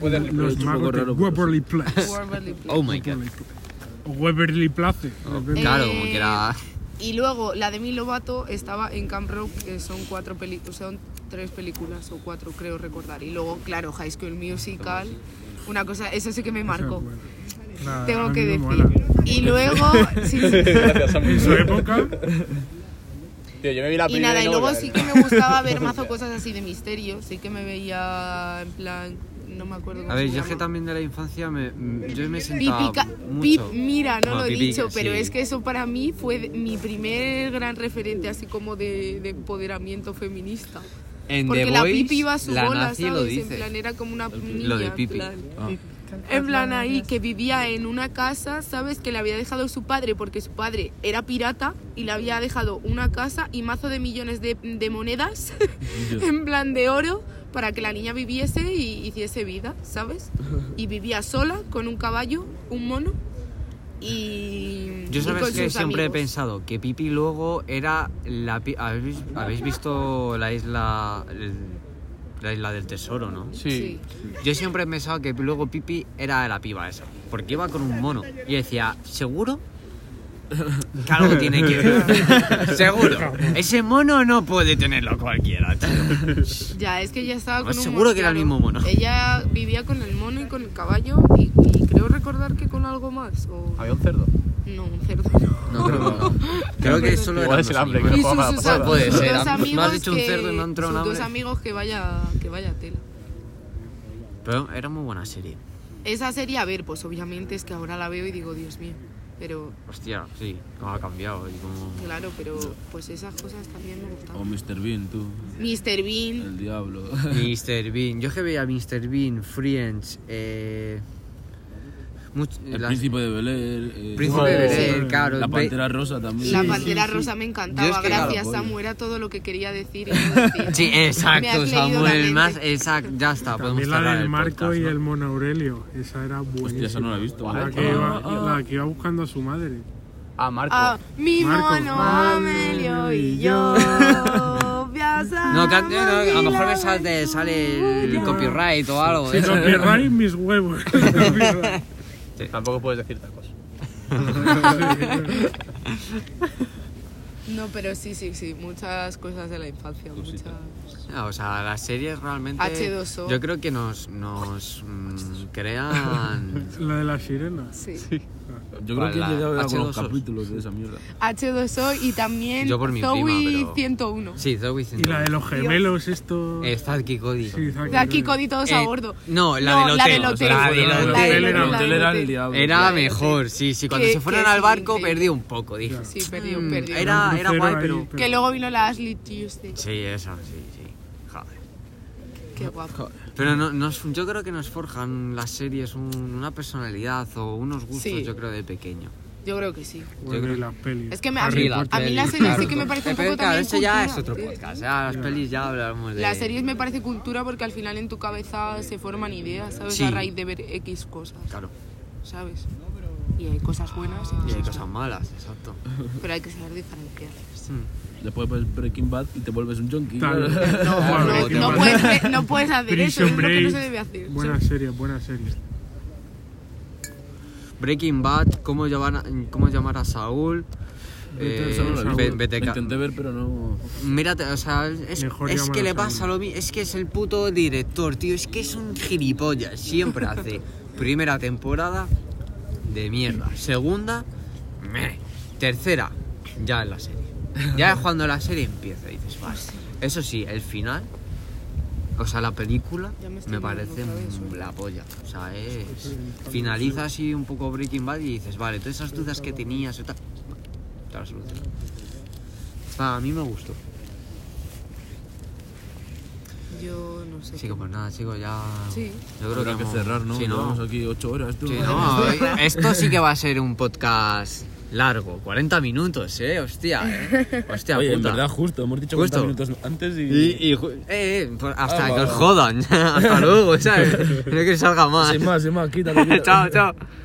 Speaker 4: Water-
Speaker 2: es
Speaker 4: Los
Speaker 2: un
Speaker 4: magos
Speaker 2: poco
Speaker 4: de
Speaker 2: raro, pero
Speaker 4: Waverly Place.
Speaker 3: Waverly Place.
Speaker 1: Oh my god.
Speaker 4: O Waverly Place. depende.
Speaker 1: Claro,
Speaker 3: Eh,
Speaker 1: como que era...
Speaker 3: Y luego la de Demi Lovato estaba en Camp Rock, que son cuatro películas, son tres películas o cuatro, creo recordar. Y luego, claro, High School Musical, una cosa, eso sí que me marcó,
Speaker 4: bueno. Nada, Ah, a
Speaker 3: tengo
Speaker 4: mí
Speaker 3: que
Speaker 4: me
Speaker 3: decir.
Speaker 4: mola.
Speaker 3: Y luego, sí, sí, sí.
Speaker 4: En su época,
Speaker 5: Tío, yo me vi la
Speaker 3: y
Speaker 5: primera
Speaker 3: nada, y
Speaker 5: no
Speaker 3: luego
Speaker 5: volví a
Speaker 3: sí
Speaker 5: ver.
Speaker 3: que me gustaba ver mazo cosas así de misterio, sí que me veía en plan, no me acuerdo. cómo
Speaker 1: A ver,
Speaker 3: se
Speaker 1: yo es que
Speaker 3: llama.
Speaker 1: también de la infancia me, m- yo me sentaba
Speaker 3: Pipica, Pip,
Speaker 1: mucho.
Speaker 3: mira, no
Speaker 1: Bueno,
Speaker 3: lo he
Speaker 1: Pipi,
Speaker 3: dicho, pero
Speaker 1: sí.
Speaker 3: es que eso para mí fue de- mi primer gran referente así como de, de empoderamiento feminista.
Speaker 1: en
Speaker 3: Porque
Speaker 1: The
Speaker 3: la
Speaker 1: Voice,
Speaker 3: Pipi iba a su
Speaker 1: la
Speaker 3: bola,
Speaker 1: nazi lo
Speaker 3: ¿sabes? En
Speaker 1: dice.
Speaker 3: plan era como una niña.
Speaker 1: Lo de
Speaker 3: en
Speaker 1: Pipi.
Speaker 3: plan.
Speaker 2: Ah.
Speaker 3: En plan ahí, que vivía en una casa, ¿sabes? Que le había dejado su padre porque su padre era pirata y le había dejado una casa y mazo de millones de, de monedas,
Speaker 2: Dios.
Speaker 3: en plan de oro, para que la niña viviese y hiciese vida, ¿sabes? Y vivía sola con un caballo, un mono y.
Speaker 1: Yo
Speaker 3: y
Speaker 1: sabes
Speaker 3: con
Speaker 1: que
Speaker 3: sus
Speaker 1: siempre he
Speaker 3: amigos.
Speaker 1: pensado que Pipi luego era la pi- ¿habéis, habéis visto la isla el- la isla del tesoro, ¿no?
Speaker 5: Sí.
Speaker 1: Yo siempre he pensado que luego Pipi era la piba esa, porque iba con un mono y yo decía, ¿seguro? Que algo tiene que ver. Seguro. Ese mono no puede tenerlo cualquiera, tío.
Speaker 3: Ya, es que ella
Speaker 1: Además,
Speaker 3: estaba con un
Speaker 1: Pues seguro
Speaker 3: mono,
Speaker 1: que era el
Speaker 3: claro.
Speaker 1: mismo mono.
Speaker 3: Ella vivía con el mono y con el caballo y, y creo recordar que con algo más o
Speaker 5: Había un cerdo.
Speaker 3: no, un cerdo. no.
Speaker 1: No creo que no. Creo que solo eran
Speaker 5: Igual es el
Speaker 1: dos
Speaker 5: hambre pues, que
Speaker 1: animales.
Speaker 3: Y
Speaker 5: nos juega
Speaker 3: sus,
Speaker 5: la
Speaker 3: sus-
Speaker 5: pasada.
Speaker 1: Puede
Speaker 3: sus
Speaker 1: ser,
Speaker 3: dos
Speaker 1: me has
Speaker 3: amigos
Speaker 1: dicho un
Speaker 3: que-
Speaker 1: cerdo y me ha entrado
Speaker 3: sus
Speaker 1: un
Speaker 3: dos
Speaker 1: hambre.
Speaker 3: amigos que vaya que vaya tela.
Speaker 1: Pero era muy buena serie.
Speaker 3: Esa serie, a ver, pues obviamente es que ahora la veo y digo, Dios mío. Pero
Speaker 1: Hostia, sí, como ha cambiado. y como-
Speaker 3: claro, pero pues esas cosas también me
Speaker 2: O
Speaker 3: gustaban.
Speaker 2: Mr. Bean, tú.
Speaker 3: Mr. Bean,
Speaker 2: El diablo.
Speaker 1: Mr. Bean, yo es que veía Mr. Bean, Friends, eh. much-
Speaker 2: El
Speaker 1: las-
Speaker 2: príncipe de Bel Air. eh,
Speaker 1: Príncipe
Speaker 4: de
Speaker 2: oh,
Speaker 4: Bel Air,
Speaker 1: claro,
Speaker 2: La
Speaker 1: ve-
Speaker 2: pantera rosa también.
Speaker 3: la
Speaker 1: sí,
Speaker 3: bandera
Speaker 1: sí.
Speaker 3: rosa me encantaba.
Speaker 1: Yo es que, claro,
Speaker 3: Gracias,
Speaker 2: voy.
Speaker 3: Samu, era todo lo que quería decir y no decía.
Speaker 1: Sí,
Speaker 3: Me
Speaker 1: exacto,
Speaker 3: has leído la
Speaker 1: Samuel,
Speaker 3: mente.
Speaker 1: más. Exacto, ya está, Ah, podemos
Speaker 4: también la
Speaker 1: cerrar
Speaker 4: del
Speaker 1: el
Speaker 4: Marco
Speaker 1: podcast,
Speaker 4: y
Speaker 1: ¿no?
Speaker 4: el Mono Aurelio. Esa era buenísima.
Speaker 2: Hostia, esa no la he visto.
Speaker 4: La
Speaker 5: Vale.
Speaker 4: que,
Speaker 2: Ah,
Speaker 4: iba,
Speaker 2: ah.
Speaker 4: la que iba buscando a su madre.
Speaker 5: Ah, Marco.
Speaker 3: Ah, mi
Speaker 4: Marco.
Speaker 3: mono Amelio y yo.
Speaker 1: No,
Speaker 3: No,
Speaker 1: cante, no, a lo mejor me sale, sale el copyright o algo. ¿eh?
Speaker 4: Si
Speaker 1: eso.
Speaker 4: copyright, mis huevos. Copyright.
Speaker 5: Tampoco puedes decir tacos.
Speaker 3: No, pero sí, sí, sí. Muchas cosas de la infancia. Muchas...
Speaker 1: No, o sea, las series realmente.
Speaker 3: H2O.
Speaker 1: Yo creo que nos, nos mm, crean.
Speaker 4: la de las sirenas.
Speaker 3: Sí.
Speaker 2: Yo creo que
Speaker 1: Para
Speaker 2: he llegado a ver algunos
Speaker 1: H2O.
Speaker 2: capítulos de esa mierda.
Speaker 3: H2O y también
Speaker 1: Yo por mi
Speaker 3: Zoe
Speaker 1: prima, pero-
Speaker 3: 101.
Speaker 1: Sí, Zoe
Speaker 4: Y la de los gemelos, esto.
Speaker 1: Eh, Zadky Cody.
Speaker 4: Sí,
Speaker 3: De aquí Cody todos a
Speaker 1: Eh,
Speaker 3: gordo.
Speaker 1: no, la del hotel. La del
Speaker 3: La del
Speaker 1: hotel
Speaker 4: era-
Speaker 3: la del
Speaker 2: era el
Speaker 3: hotel.
Speaker 2: diablo.
Speaker 1: Era
Speaker 3: Claro, sí.
Speaker 1: mejor, sí, sí. Cuando
Speaker 3: Que-
Speaker 1: se fueron
Speaker 3: que
Speaker 1: al
Speaker 3: sí,
Speaker 1: barco
Speaker 3: sí.
Speaker 1: perdí un poco, dije.
Speaker 4: Claro.
Speaker 3: Sí, perdió,
Speaker 1: Mm,
Speaker 3: perdió.
Speaker 1: Era- guay, pero-
Speaker 3: Que luego vino la Ashley Tuesday.
Speaker 1: Sí, eso, sí, sí. Joder.
Speaker 3: Qué guapo.
Speaker 1: Pero no, nos- yo creo que nos forjan las series un- una personalidad o unos gustos,
Speaker 3: Sí.
Speaker 1: yo creo, de pequeño.
Speaker 3: Yo creo que sí.
Speaker 4: Bueno, y las pelis.
Speaker 3: Es que me- a
Speaker 4: Harry
Speaker 3: mí-
Speaker 1: las
Speaker 4: Potter.
Speaker 3: a mí la
Speaker 1: pelis,
Speaker 3: serie sí que me parece un
Speaker 1: Eh, pero
Speaker 3: poco
Speaker 1: claro,
Speaker 3: también
Speaker 1: esto ya es
Speaker 3: cultura,
Speaker 1: otro
Speaker 3: tío.
Speaker 1: podcast. Ya las pelis ya hablaremos de...
Speaker 3: Las series me parece cultura porque al final en tu cabeza se forman ideas, ¿sabes?
Speaker 1: Sí.
Speaker 3: A raíz de ver X cosas,
Speaker 1: Claro.
Speaker 3: ¿sabes? Y hay cosas buenas y
Speaker 1: Y
Speaker 3: cosas
Speaker 1: hay cosas malas, exacto.
Speaker 3: malas, pero hay que saber diferenciar.
Speaker 2: Después ves Breaking Bad y te vuelves un junkie.
Speaker 4: Tal.
Speaker 2: claro.
Speaker 4: Bueno,
Speaker 1: no,
Speaker 4: que
Speaker 1: no
Speaker 4: va.
Speaker 3: No puedes, no puedes hacer eso,
Speaker 4: Prison
Speaker 3: es lo que no se
Speaker 4: Break.
Speaker 3: debe hacer.
Speaker 4: Buena serie, buena serie.
Speaker 1: Breaking Bad, cómo llamar a, cómo llamar a Saúl, Eh,
Speaker 2: Eso no lo he visto.
Speaker 1: Be-
Speaker 2: Lo
Speaker 1: BTK.
Speaker 2: Intenté ver, pero no.
Speaker 1: Mírate, o sea, es,
Speaker 4: Mejor
Speaker 1: es
Speaker 4: llámalo
Speaker 1: que le
Speaker 4: Saúl.
Speaker 1: pasa lo mismo, es que es el puto director, tío, es que es un gilipollas, siempre hace primera temporada de mierda, segunda, meh, tercera, ya en la serie, ya es cuando la serie empieza, y dices,
Speaker 3: Pues
Speaker 1: "Vale". eso sí, el final, o sea, la película
Speaker 3: Ya me estoy
Speaker 1: me
Speaker 3: mirando
Speaker 1: parece
Speaker 3: otra vez, ¿eh?
Speaker 1: la polla, o sea, es, finaliza así un poco Breaking Bad y dices, vale, todas esas dudas que tenías, y tal, te las soluciono. O sea, a mí me gustó.
Speaker 3: Yo no sé.
Speaker 1: Sí, que pues nada, chicos, ya.
Speaker 3: Sí.
Speaker 1: Yo creo
Speaker 2: Habrá que
Speaker 1: hemos-
Speaker 2: cerrar, ¿no?
Speaker 1: Sí, no.
Speaker 2: Llevamos aquí 8 horas, tú.
Speaker 1: Sí, no, eh, Esto sí que va a ser un podcast largo. 40 minutos, eh. Hostia, eh. Hostia,
Speaker 2: Oye, en
Speaker 1: puta.
Speaker 2: verdad, justo. Hemos dicho
Speaker 1: Justo.
Speaker 2: 40 minutos antes y.
Speaker 1: Y, y ju- eh, eh, pues hasta
Speaker 2: Ah,
Speaker 1: que
Speaker 2: vale.
Speaker 1: os jodan. hasta luego, ¿sabes? No que salga más.
Speaker 2: Sin más, sin más, quítalo. quítalo.
Speaker 1: chao, chao.